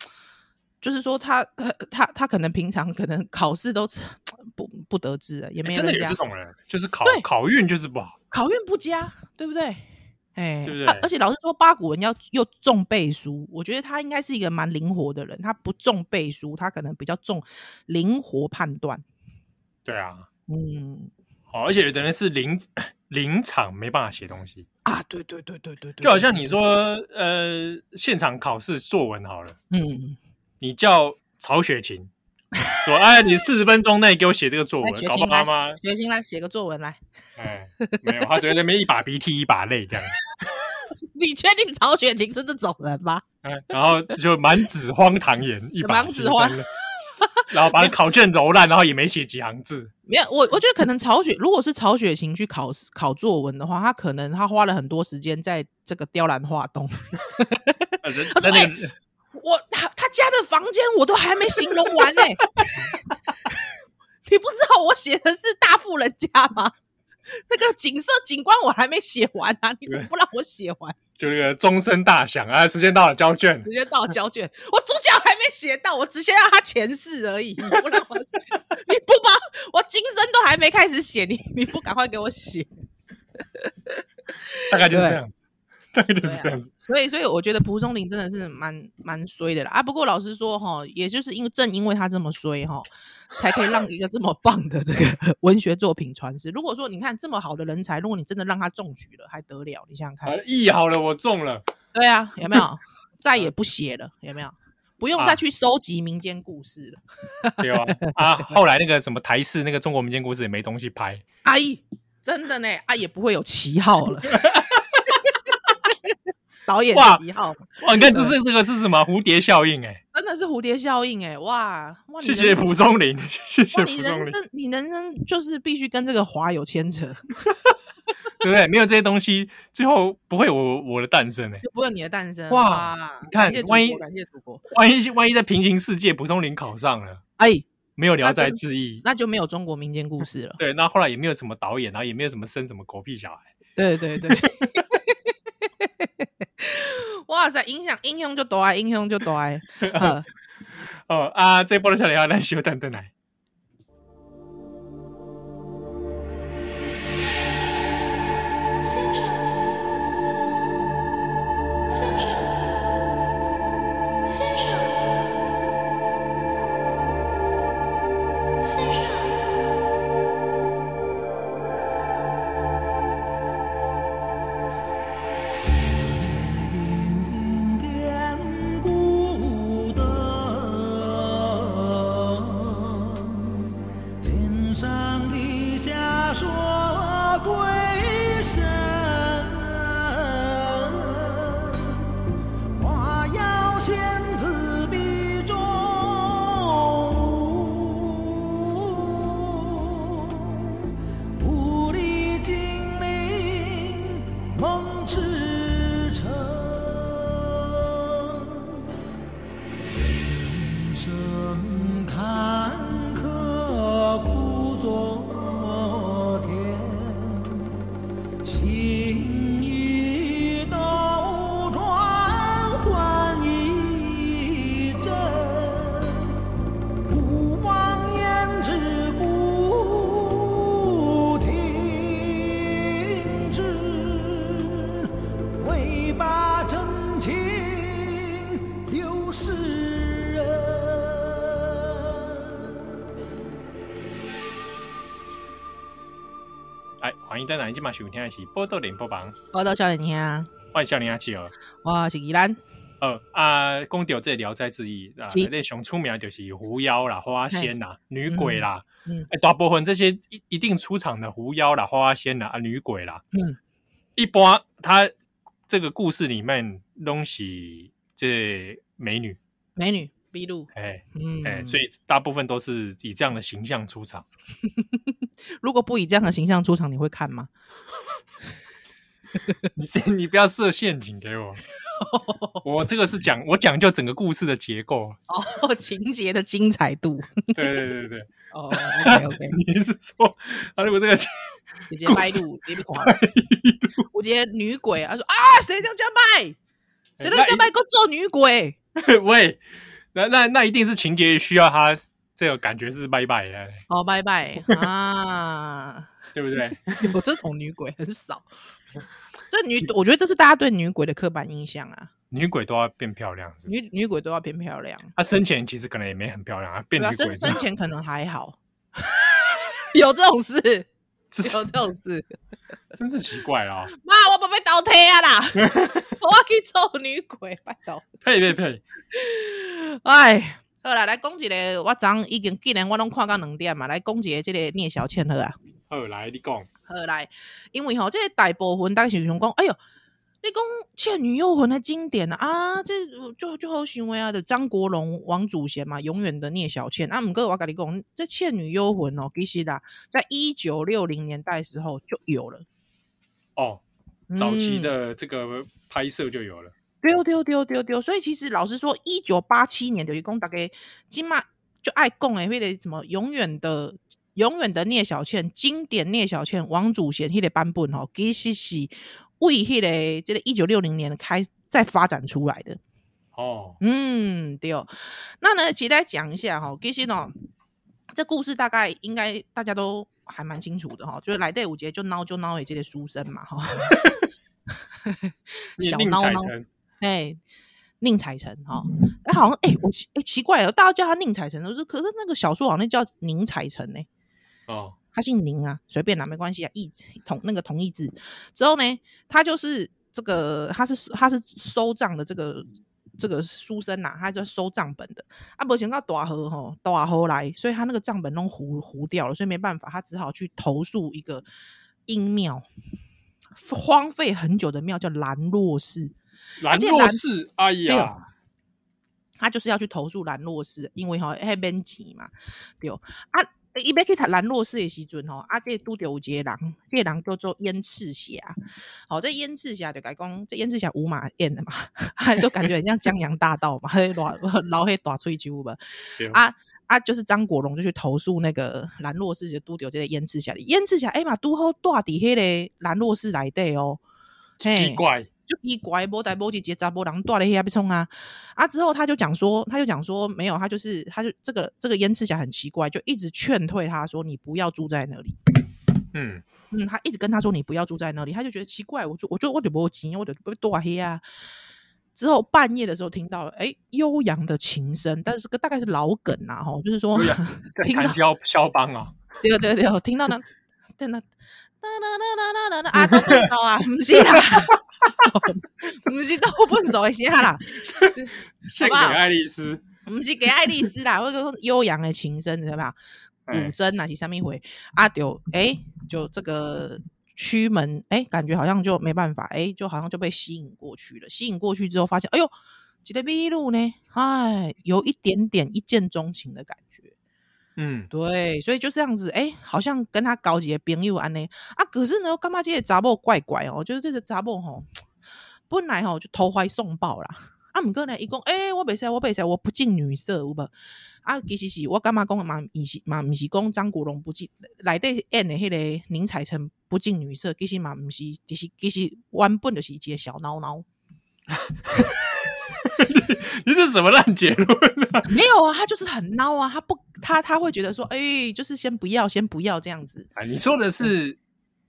Speaker 3: 就是说他呃他他可能平常可能考试都 [laughs] 不不得志了，也
Speaker 2: 哎
Speaker 3: 没
Speaker 2: 真的
Speaker 3: 人
Speaker 2: 有
Speaker 3: 家
Speaker 2: 这种人，就是考
Speaker 3: 对
Speaker 2: 考运就是不好，
Speaker 3: 考运不佳，对不对？哎、
Speaker 2: 对不对
Speaker 3: 啊而且老师说八股文要又重背书，我觉得他应该是一个蛮灵活的人，他不重背书，他可能比较重灵活判断。
Speaker 2: 对啊，
Speaker 3: 嗯
Speaker 2: 好，而且有的人是临 [coughs] 临场没办法写东西，
Speaker 3: 啊，对对对对对对，
Speaker 2: 就好像你说呃，现场考试作文好了，
Speaker 3: 嗯，
Speaker 2: 你叫曹雪芹说，哎，你四十分钟内给我写这个作
Speaker 3: 来
Speaker 2: 文，
Speaker 3: 雪
Speaker 2: 搞不
Speaker 3: 晴
Speaker 2: 好
Speaker 3: 来
Speaker 2: 吗？
Speaker 3: 学星来写个作文来， [laughs]
Speaker 2: 哎，没有，他只会在那边一把鼻涕一把泪这样。
Speaker 3: 你确定曹雪芹是这种人吗？
Speaker 2: 嗯，然后就满纸荒唐言，一把
Speaker 3: 满纸
Speaker 2: 辛
Speaker 3: 荒
Speaker 2: 酸泪，然后把考卷揉烂，然后也没写几行字。
Speaker 3: 没有，我我觉得可能曹雪，如果是曹雪芹去考试考作文的话，他可能他花了很多时间在这个雕栏画栋。
Speaker 2: 呃人
Speaker 3: [laughs] 他说哎
Speaker 2: 真的，
Speaker 3: 我他他家的房间我都还没形容完呢、 [laughs] 你不知道我写的是大富人家吗？那个景色景观我还没写完啊，你怎么不让我写完？
Speaker 2: 就那个钟声大响啊，时间到了交卷
Speaker 3: 直。接到了交卷，我主角还没写到，我只写到他前世而已。你不让我写， [laughs] 你不把我今生都还没开始写，你你不赶快给我写？
Speaker 2: 大概就是这样子，大概
Speaker 3: 啊
Speaker 2: 就是这样子。
Speaker 3: 所以，所以我觉得蒲松龄真的是蛮蛮衰的啦啊！不过老实说哈，也就是因为正因为他这么衰哈，才可以让一个这么棒的这个 [laughs] 文学作品传世。如果说你看这么好的人才，如果你真的让他中举了，还得了？你想想
Speaker 2: 好
Speaker 3: 看，
Speaker 2: 意好了，我中了。
Speaker 3: 对啊，有
Speaker 2: [laughs]
Speaker 3: 没有？再
Speaker 2: 哎
Speaker 3: 也不写了，有没有？不
Speaker 2: 啊
Speaker 3: 用再去收集民间故事了。
Speaker 2: 对啊，啊，后来那个什么台式那个中国民间故事也没东西拍，
Speaker 3: 阿姨，真的呢，啊，也不会有旗号了。 [laughs] 导演
Speaker 2: 哇
Speaker 3: 旗号嘛，
Speaker 2: 哇，哦你看这
Speaker 3: 啊
Speaker 2: 是这个是什么蝴蝶效应？哎，
Speaker 3: 真的是蝴蝶效应哎、哇哇！你
Speaker 2: 谢
Speaker 3: 人
Speaker 2: 谢蒲松龄，谢
Speaker 3: [laughs] 哇
Speaker 2: 谢
Speaker 3: 你
Speaker 2: 蒲松
Speaker 3: 人
Speaker 2: 龄，
Speaker 3: 生，你人生就是必须跟这个华有牵扯， [laughs]
Speaker 2: 对不对？没有这些东西，最后不会有我我的诞生哎。
Speaker 3: 就不会有你的诞生。
Speaker 2: 哇你看
Speaker 3: 感谢祖
Speaker 2: 万一
Speaker 3: 国感谢祖国，
Speaker 2: 万一万一在平行世界，蒲松龄考上了，
Speaker 3: 哎，
Speaker 2: 没有《聊
Speaker 3: 那
Speaker 2: 斋
Speaker 3: 真
Speaker 2: 志异》，
Speaker 3: 那就没有中国民间故事了。
Speaker 2: 对，那后来也没有什么导演，然后也没有什么生什么狗屁小孩，
Speaker 3: [laughs] 对对对。 [laughs] 哇塞，影响英雄就多爱，啊英雄就多 [laughs] 爱。呃
Speaker 2: 哦啊，这一波的笑脸要来修蛋蛋来。
Speaker 5: 零点孤灯。
Speaker 2: 哎欢迎在哪一集嘛收听的是《波多连播榜》，
Speaker 3: 我到教练听啊，
Speaker 2: 我是少年阿七哦儿。
Speaker 3: 我是宜兰，
Speaker 2: 呃啊，讲到这《聊斋志异》啊，
Speaker 3: 是哎
Speaker 2: 那熊出名的就是狐妖啦、花仙啦、女鬼啦，
Speaker 3: 嗯嗯
Speaker 2: 哎，大部分这些一一定出场的狐妖啦、花仙啦、啊女鬼啦，
Speaker 3: 嗯，
Speaker 2: 一般他这个故事里面拢是这美女，
Speaker 3: 美女毕露，
Speaker 2: 哎
Speaker 3: 嗯，
Speaker 2: 哎，所以大部分都是以这样的形象出
Speaker 3: [laughs]
Speaker 2: 场。
Speaker 3: 如果不以这样的形象出场，你会看吗？ [laughs]
Speaker 2: 你这你不要设陷阱给
Speaker 3: [laughs]
Speaker 2: 我，我这个是讲我讲究整个故事的结构。啊
Speaker 3: [laughs] 哦，情节的精彩 [laughs] 度，
Speaker 2: 对对对对， [laughs]
Speaker 3: 哦，OK OK，
Speaker 2: 你是说啊？如果这个
Speaker 3: 直接拜路，你别狂，我觉得女鬼啊，她说啊，谁这样叫卖？
Speaker 2: 哎
Speaker 3: 谁这样叫卖？给我做女鬼，
Speaker 2: [laughs] 喂，那那那一定是情节需要他这个感觉是拜拜的，
Speaker 3: 好，哦拜拜啊！
Speaker 2: 对不
Speaker 3: [laughs]
Speaker 2: 对？
Speaker 3: 有这种女鬼很少，这女，我觉得这是大家对女鬼的刻板印象啊，
Speaker 2: 女鬼都要变漂亮，是不是
Speaker 3: 女女鬼都要变漂亮。
Speaker 2: 她生前其实可能也没很漂亮啊，变
Speaker 3: 对
Speaker 2: 女
Speaker 3: 啊，
Speaker 2: 鬼
Speaker 3: 生
Speaker 2: 是
Speaker 3: 生前可能还好， [laughs] 有这种事，
Speaker 2: 这是
Speaker 3: 有这种事。
Speaker 2: 真是奇怪了、哦。
Speaker 3: 妈，我宝贝倒贴啊
Speaker 2: [laughs]
Speaker 3: 啦，我要去做女鬼，拜托。
Speaker 2: 呸呸呸！
Speaker 3: 哎，好 [laughs] 啦，来讲一个，我昨昏已经既然我拢看到两点嘛，来讲一个这个聂小倩好啊。
Speaker 2: 二来你讲，
Speaker 3: 好来，因为吼、这个大部分大家想想讲，哎哟，你讲《倩女幽魂》的经典啊，啊这就就好想为啊，就张国荣、王祖贤嘛，永远的聂小倩啊。毋过我跟你讲，这《倩女幽魂》哦，其实啦，在一九六零年代的时候就有了，
Speaker 2: 哦，早期
Speaker 3: 嗯。
Speaker 2: 的这个拍摄就有了。
Speaker 3: 丢丢丢丢丢，所以其实老实说，一九八七年就是讲大概金马就爱供诶，迄个什么永远的永远的聂小倩，经典聂小倩，王祖贤迄个版本吼，其实是为迄、个这个一九六零年开再发展出来的。
Speaker 2: 哦，
Speaker 3: 嗯，对。那呢，其实来讲一下哈，其实呢，这故事大概应该大家都还蛮清楚的哈，就是来第五节就孬就孬的这个书生
Speaker 2: [laughs]
Speaker 3: 嘛哈，
Speaker 2: 念
Speaker 3: 小
Speaker 2: 宁
Speaker 3: 孬
Speaker 2: 采
Speaker 3: 孬。
Speaker 2: 臣，
Speaker 3: 哎，宁采臣哈，哎、好像哎、我奇哎、奇怪哦，大家叫他宁采臣，我说可是那个小说好像叫宁采臣呢、
Speaker 2: 哦，
Speaker 3: 他姓宁啊，随便啦，没关系啊，义同那个同义字。之后呢，他就是这个，他是他是收账的这个这个书生呐、他就收账本的。啊，不想到大河吼，大河来，所以他那个账本弄糊糊掉了，所以没办法，他只好去投诉一个阴庙，荒废很久的庙叫兰若寺。
Speaker 2: 兰
Speaker 3: 且
Speaker 2: 若
Speaker 3: 兰
Speaker 2: 寺，哎呀，
Speaker 3: 他就是要去投诉兰若寺，因为吼迄边钱嘛，对啊。伊要去读兰若寺的时阵吼，啊，这拄着有一个人，这个人叫做燕赤霞，好、这燕赤霞就甲伊讲，这燕赤霞无马燕的嘛，就感觉很像江洋大盗嘛， [laughs] 迄老老迄大喙酒嘛，
Speaker 2: 对
Speaker 3: 啊啊，就是张国荣就去投诉那个兰若寺就拄着这个燕赤霞，燕赤霞哎嘛，拄好住伫迄个兰若寺内底哦，
Speaker 2: 奇
Speaker 3: 嘿
Speaker 2: 怪，
Speaker 3: 就奇怪，无代无志，结查波人带了遐被冲啊啊！之后他就讲说，他就讲说没有，他就是他就这个这个燕赤霞很奇怪，就一直劝退他说你不要住在那里。
Speaker 2: 嗯，
Speaker 3: 嗯，他一直跟他说你不要住在那里，他就觉得奇怪，我就我就我就没钱，我就被带黑啊。之后半夜的时候听到了，哎、悠扬的琴声，但是个大概是老梗啊，吼，就是说
Speaker 2: 在
Speaker 3: 听
Speaker 2: 谈
Speaker 3: 到
Speaker 2: 交肖邦啊，
Speaker 3: 对对对，我听到那，对那，那那那那那那啊，都分手啊，不是啦，不是都分手的声啦，
Speaker 2: 献给
Speaker 3: 好不好
Speaker 2: 爱丽丝，
Speaker 3: 不是给爱丽丝啦，或者说悠扬的琴声，对吧？古
Speaker 2: 哎，
Speaker 3: 筝哪些上面回啊？丢哎，就这个驱门哎，感觉好像就没办法哎，就好像就被吸引过去了。吸引过去之后，发现哎呦，这个秘鲁呢，哎，有一点点一见钟情的感觉。
Speaker 2: 嗯，
Speaker 3: 对，所以就这样子，哎、好像跟他搞几个朋友安呢啊。可是呢，干嘛这些杂某怪怪哦？就是这个杂某吼，本来吼就投怀送抱啦。啊，毋过呢，伊讲，诶、我袂使，我袂使，我不近女色，有无？啊，其实是我感觉讲嘛，伊是嘛，毋是讲张国荣不近，内底演的迄个宁采臣不近女色，其实嘛，毋是，其实其实原本就是一个小孬孬。
Speaker 2: 你这什么烂结
Speaker 3: [laughs]
Speaker 2: 论啊？
Speaker 3: 没有啊，他就是很孬啊，他不，他他会觉得说，哎、就是先不要，先不要这样子。
Speaker 2: 啊，你说的是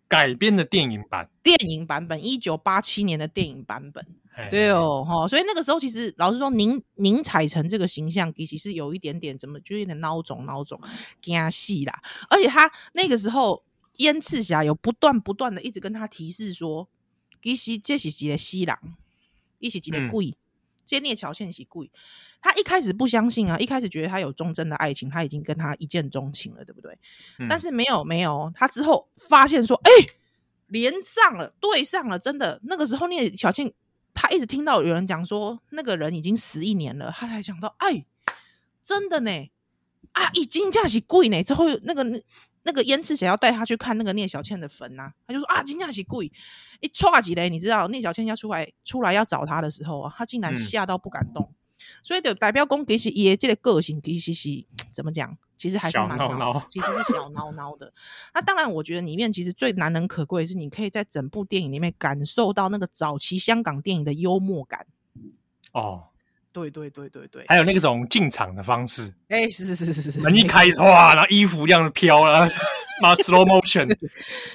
Speaker 2: 改编的电影版，
Speaker 3: 电影版本，一九八七年的电影版本。
Speaker 2: 哎
Speaker 3: 对，哦，哈、所以那个时候其实老实说，宁宁采臣这个形象其实是有一点点怎么，就有点孬种孬种，惊戏啦。而且他那个时候燕赤霞有不断不断的一直跟他提示说，其实这是一个西郎，一是一个
Speaker 2: 嗯
Speaker 3: 鬼，这聂桥倩是鬼。他一开始不相信啊，一开始觉得他有忠贞的爱情，他已经跟他一见钟情了，对不对？
Speaker 2: 嗯
Speaker 3: 但是没有没有，他之后发现说，哎、连上了，对上了，真的。那个时候聂小倩，她一直听到有人讲说，那个人已经十一年了，她才想到，哎，真的呢，啊，已经价是贵呢。之后那个那个燕赤想要带她去看那个聂小倩的坟呐、他就说啊，金价是贵，一唰几嘞，你知道聂小倩要出来出来要找他的时候啊，他竟然
Speaker 2: 嗯
Speaker 3: 吓到不敢动。所以就代表讲，其实伊的这个个性其实是怎么讲，其实还是
Speaker 2: 小
Speaker 3: 蛮
Speaker 2: 孬
Speaker 3: 孬
Speaker 2: 孬
Speaker 3: 其实是 [laughs] 小孬孬的。那当然，我觉得里面其实最难能可贵的是，你可以在整部电影里面感受到那个早期香港电影的幽默感。
Speaker 2: 哦，
Speaker 3: 对对对对对，
Speaker 2: 还有那种进场的方式，
Speaker 3: 哎、是是是是是，
Speaker 2: 门一开哇，然后衣服这样飘啊，然后 [laughs] 然后 slow
Speaker 3: [laughs]
Speaker 2: motion，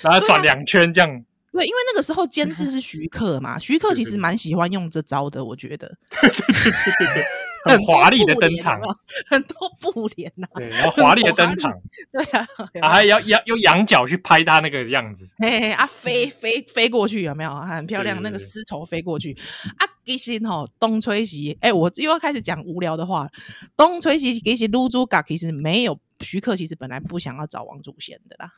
Speaker 2: 然后转两圈这样，
Speaker 3: 对，因为那个时候监制是徐克 [laughs] 嘛，徐克其实蛮喜欢用这招的，我觉得
Speaker 2: 很
Speaker 3: 多
Speaker 2: 华丽的
Speaker 3: 布
Speaker 2: 登
Speaker 3: 帘
Speaker 2: 场
Speaker 3: 有没，有，很多布帘呐、
Speaker 2: 对，然后华丽的登场，
Speaker 3: [laughs] 对啊，有没有
Speaker 2: 啊，还要要用羊角去拍他那个样子，
Speaker 3: [laughs] 嘿
Speaker 2: [laughs]
Speaker 3: 嘿啊，飞飞飞过去有没有？啊很漂
Speaker 2: 嗯
Speaker 3: 亮，
Speaker 2: 对对
Speaker 3: 那个
Speaker 2: 对
Speaker 3: 丝绸飞过去啊。其实吼，东吹西，哎、我又要开始讲无聊的话了。东吹西其实露珠嘎，其实没有徐克，其实本来不想要找王祖贤的啦，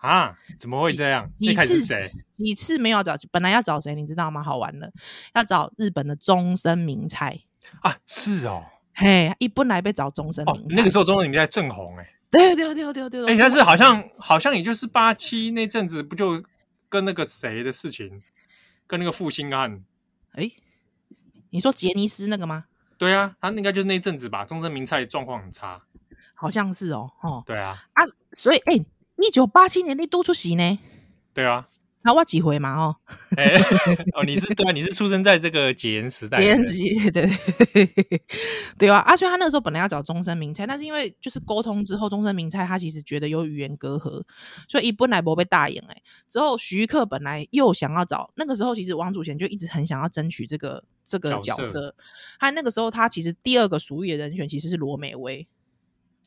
Speaker 2: 啊，怎么会这样？
Speaker 3: 几
Speaker 2: 一开始
Speaker 3: 次
Speaker 2: 是谁？
Speaker 3: 几次没有找，本来要找谁，你知道吗？好玩了，要找日本的终身名菜。
Speaker 2: 啊，是哦，
Speaker 3: 嘿，一本来被找终身
Speaker 2: 哦
Speaker 3: 名，菜，
Speaker 2: 那个时候中国你们在正红哎，
Speaker 3: 对对对对对
Speaker 2: 哎，
Speaker 3: 嗯对，
Speaker 2: 但是好像好像也就是八七那阵子，不就跟那个谁的事情，跟那个负心案，
Speaker 3: 哎、你说杰尼斯那个吗？
Speaker 2: 对啊，他应该就是那阵子吧，中森明菜状况很差，
Speaker 3: 好像是哦，哦
Speaker 2: 对啊，
Speaker 3: 啊，所以哎，一九八七年你多出席呢，
Speaker 2: 对
Speaker 3: [laughs]
Speaker 2: 啊，
Speaker 3: 啊，我几回嘛哦。
Speaker 2: 哎、哦，你是对啊，你是出生在这个解严时代，
Speaker 3: 别人
Speaker 2: 对
Speaker 3: 自己 [laughs] 对对对对啊，啊，所以他那个时候本来要找终身名菜，但是因为就是沟通之后，终身名菜他其实觉得有语言隔阂，所以一本来不被大眼哎、之后徐克本来又想要找，那个时候其实王祖贤就一直很想要争取这个这个
Speaker 2: 角
Speaker 3: 角
Speaker 2: 色
Speaker 3: 色，他那个时候他其实第二个属意的人选其实是罗美薇，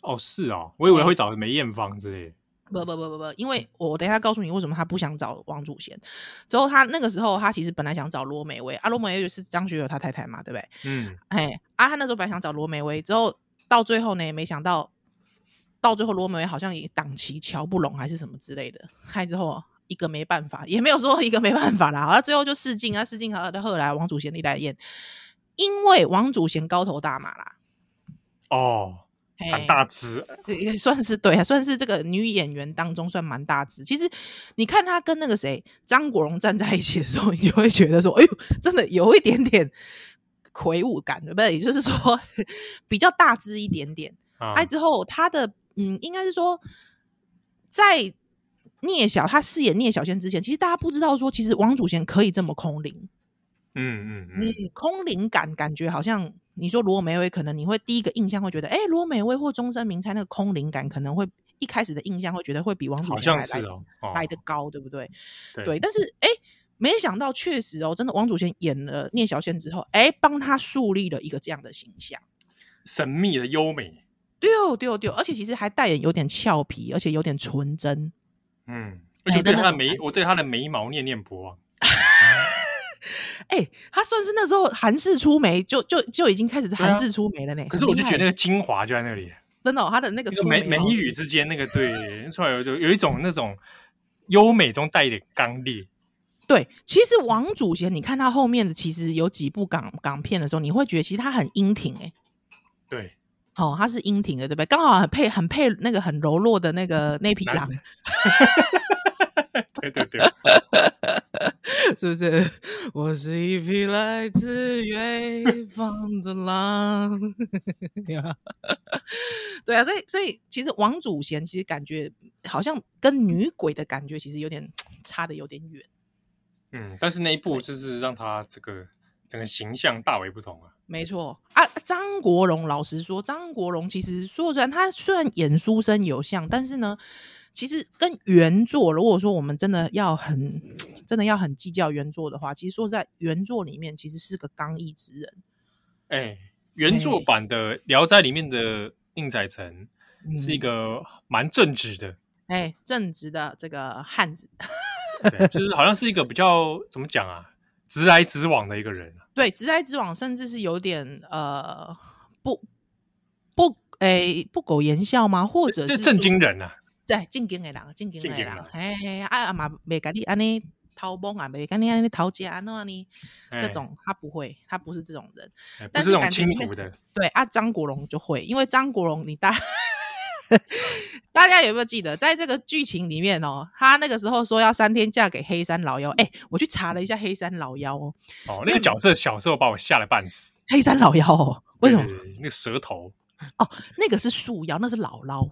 Speaker 2: 哦，是哦，我以为会找梅艳芳之类的。
Speaker 3: 不不不不不，因为我等一下告诉你为什么他不想找王祖贤。之后他那个时候他其实本来想找罗美薇，啊，罗美薇就是张学友他太太嘛，对不对？
Speaker 2: 嗯，
Speaker 3: 哎，啊，他那时候本来想找罗美薇，之后到最后呢，没想到到最后罗美薇好像也档期瞧不拢还是什么之类的，害之后一个没办法，也没有说一个没办法啦，啊，最后就试镜啊，试镜和后来王祖贤、李代燕，因为王祖贤高头大马啦，
Speaker 2: 哦，
Speaker 3: 哎
Speaker 2: 很，大只，
Speaker 3: 对也算是对，算是这个女演员当中算蛮大只。其实你看她跟那个谁张国荣站在一起的时候，你就会觉得说，哎呦，真的有一点点魁梧感，对不对？也就是说比较大只一点点。
Speaker 2: 啊
Speaker 3: 哎、之后她的嗯，应该是说在聂小她饰演聂小倩之前，其实大家不知道说，其实王祖贤可以这么空灵。
Speaker 2: 嗯嗯嗯，
Speaker 3: 嗯，空灵感感觉好像你说罗美薇，可能你会第一个印象会觉得，哎、罗美薇或终身名菜那个空灵感，可能会一开始的印象会觉得会比王祖
Speaker 2: 好
Speaker 3: 贤
Speaker 2: 像
Speaker 3: 来
Speaker 2: 是哦，哦
Speaker 3: 来来的高，对不对？
Speaker 2: 对
Speaker 3: 但是哎、没想到确实哦，真的王祖贤演了聂小倩之后，哎、帮他树立了一个这样的形象。
Speaker 2: 神秘的优美，
Speaker 3: 对哦，对哦，对哦，而且其实还带点有点俏皮，而且有点纯真。
Speaker 2: 嗯，而且
Speaker 3: 哎真
Speaker 2: 对
Speaker 3: 的
Speaker 2: 他的
Speaker 3: 很
Speaker 2: 眉，我对他的眉毛念念不忘。
Speaker 3: 哎、他算是那时候韩式出梅，就就就已经开始韩
Speaker 2: 啊
Speaker 3: 式出梅了呢。
Speaker 2: 可是我就觉得那
Speaker 3: 得
Speaker 2: 个精华就在那里，
Speaker 3: 真的、哦，他的那个
Speaker 2: 那个
Speaker 3: 出
Speaker 2: 眉眉
Speaker 3: 哦
Speaker 2: 宇之间那个对，出来有就有一种那种优美中带一点刚烈。
Speaker 3: 对，其实王祖贤，你看他后面的，其实有几部港港片的时候，你会觉得其实他很英挺哎、
Speaker 2: 对，
Speaker 3: 哦，他是英挺的，对不对？刚好很配很配那个很柔弱的那 [laughs] 个那匹
Speaker 2: 男
Speaker 3: 狼，
Speaker 2: 对对对，
Speaker 3: 是不是？我是一匹来自远方的狼。 [laughs] 对啊，所以所以其实王祖贤其实感觉好像跟女鬼的感觉其实有点差的有点远。
Speaker 2: 嗯，但是那一部就是让他这个整个形象大为不同啊。
Speaker 3: 没错啊，张国荣老实说，张国荣其实说然他虽然演书生有像，但是呢，其实跟原作，如果说我们真的要很真的要很计较原作的话，其实说实在原作里面其实是个刚毅之人，
Speaker 2: 哎，原作
Speaker 3: 哎
Speaker 2: 版的《聊斋》里面的宁采臣是一
Speaker 3: 嗯
Speaker 2: 个蛮正直的，
Speaker 3: 哎，正直的这个汉子， [laughs]
Speaker 2: 对就是好像是一个比较怎么讲啊，直来直往的一个人啊。
Speaker 3: 对，直来直往，甚至是有点呃不不哎不苟言笑吗？或者
Speaker 2: 这
Speaker 3: 是
Speaker 2: 震
Speaker 3: 说
Speaker 2: 惊人啊！
Speaker 3: 对，正经的人，正经的
Speaker 2: 正经
Speaker 3: 人
Speaker 2: 人，
Speaker 3: 嘿嘿，啊啊嘛，袂甲你安尼偷摸啊，袂甲你安尼偷吃安怎呢？这
Speaker 2: 哎
Speaker 3: 种他不会，他不是这种人。
Speaker 2: 哎不
Speaker 3: 但
Speaker 2: 是那
Speaker 3: 是
Speaker 2: 种
Speaker 3: 感觉
Speaker 2: 轻
Speaker 3: 里面
Speaker 2: 浮的，
Speaker 3: 对啊，张国荣就会，因为张国荣，你大 [laughs] 大家有没有记得，在这个剧情里面哦，他那个时候说要三天嫁给黑山老妖，哎，我去查了一下黑山老妖哦，
Speaker 2: 哦，那个角色小时候把我吓得半死。
Speaker 3: 黑山老妖哦，为什么？
Speaker 2: 对？对对那个舌头，
Speaker 3: 那个是树妖，那是姥姥，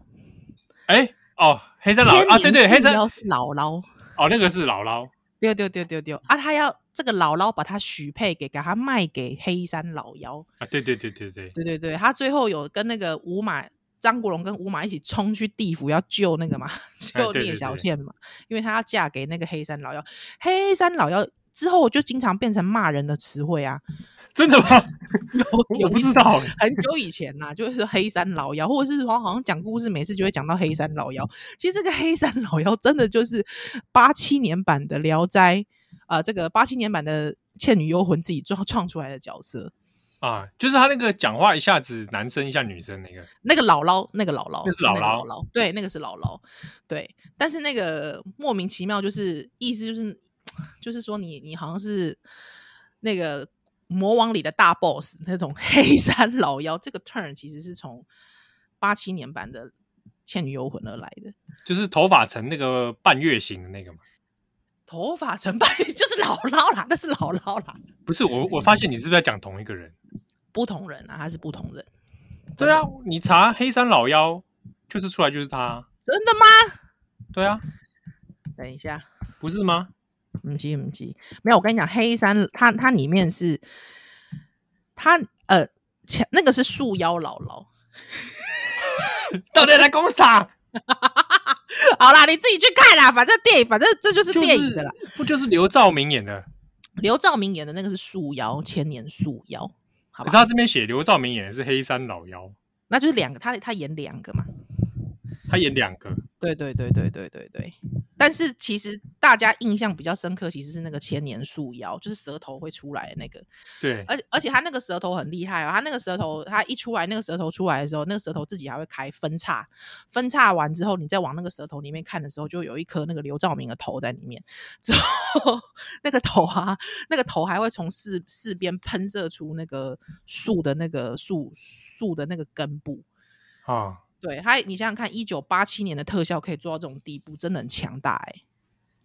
Speaker 2: 哎，哦，黑山老
Speaker 3: 天
Speaker 2: 啊，对对，
Speaker 3: 竺
Speaker 2: 黑山
Speaker 3: 妖是姥姥。
Speaker 2: 哦，那个是姥姥，
Speaker 3: 对对对对对，啊，他要这个姥姥把他许配给，给他卖给黑山老妖。
Speaker 2: 啊，对对对
Speaker 3: [laughs]
Speaker 2: 对对，
Speaker 3: 对对对，他最后有跟那个五马张国荣跟五马一起冲去地府要救那
Speaker 2: [laughs]
Speaker 3: 个嘛，救
Speaker 2: 哎对对
Speaker 3: 聂
Speaker 2: 对
Speaker 3: 小倩嘛，因为她要嫁给那个黑山老妖。黑山老妖之后，我就经常变成骂人的词汇啊， [laughs]
Speaker 2: 真的吗？我
Speaker 3: 有
Speaker 2: 我不
Speaker 3: 一
Speaker 2: 知道，
Speaker 3: 很久以前呐、就是说黑山老妖，或者是好像讲故事，每次就会讲到黑山老妖。其实这个黑山老妖真的就是八七年版的《聊斋》啊、这个八七年版的《倩女幽魂》自己创创出来的角色，
Speaker 2: 啊，就是他那个讲话一下子男生一下女生那个，
Speaker 3: 那个姥姥，那个姥姥，
Speaker 2: 那是
Speaker 3: 那个
Speaker 2: 姥姥
Speaker 3: 姥姥，对，那个是姥姥，对。但是那个莫名其妙，就是意思就是，就是说你你好像是那个魔王里的大 boss 那种黑山老妖，这个 turn 其实是从八七年版的《倩女幽魂》而来的。
Speaker 2: 就是头发成那个半月形的那个嘛。
Speaker 3: 头发成败 [laughs] 就是姥姥啦，那是姥姥啦，
Speaker 2: 不是我，我发现你是不是在讲同一个人？
Speaker 3: 不同人啊，他是不同人，
Speaker 2: 对啊，你查黑山老妖，就是出来就是他。啊
Speaker 3: 真的吗？
Speaker 2: 对啊，
Speaker 3: 等一下，
Speaker 2: 不是吗？
Speaker 3: 不是不是，没有。我跟你讲，黑山它它里面是它呃，前那个是束腰姥姥。
Speaker 2: 到底在攻啥？
Speaker 3: 好啦，你自己去看啦，反正电影，反正这就是
Speaker 2: 就
Speaker 3: 电影
Speaker 2: 是
Speaker 3: 的啦。
Speaker 2: 不就是刘兆明演的？
Speaker 3: 刘兆明演的那个是束腰，千年束腰，好
Speaker 2: 可
Speaker 3: 吧
Speaker 2: 是？他这边写刘兆明演的是黑山老妖，
Speaker 3: 那就是两个，他他演两个嘛。
Speaker 2: 他演两个。
Speaker 3: 对对对对对对对。但是其实大家印象比较深刻，其实是那个千年束腰，就是舌头会出来的那个。
Speaker 2: 对，
Speaker 3: 而而且他那个舌头很厉害哦，他那个舌头，他一出来，那个舌头出来的时候，那个舌头自己还会开分叉，分叉完之后，你再往那个舌头里面看的时候，就有一颗那个刘兆明的头在里面。之后那个头啊，那个头还会从四四边喷射出那个树的那个树树的那个根部。
Speaker 2: 啊，
Speaker 3: 对，他你想想看，一九八七年的特效可以做到这种地步，真的很强大哎、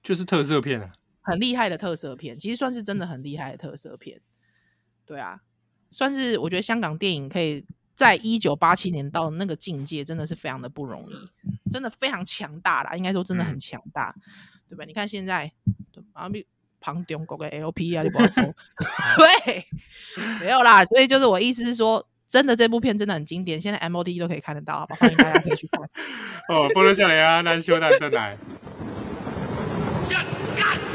Speaker 2: 就是特色片啊。
Speaker 3: 很厉害的特色片，其实算是真的很厉害的特色片。对啊，算是我觉得香港电影可以在一九八七年到那个境界，真的是非常的不容易，真的非常强大啦，应该说真的很强大，对吧？你看现在，对啊，你旁中国的 LP 啊，你不要说 [laughs] 对，没有啦，所以就是我意思是说。真的，这部片真的很经典，现在 MOD 都可以看得到，好吧？欢迎大家可以去看。
Speaker 2: 哦，波多笑脸啊，难修难邓来。
Speaker 5: 一間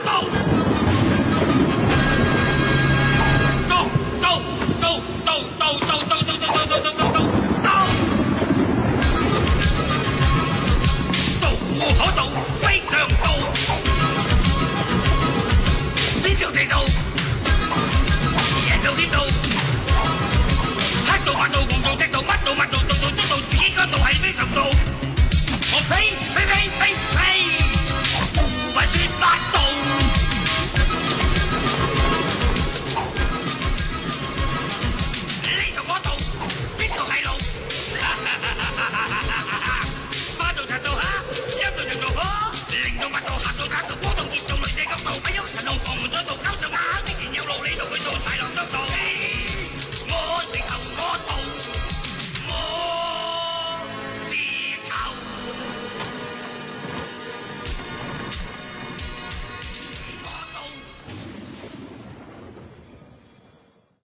Speaker 5: 到，到到到到到到到到到到到到到到。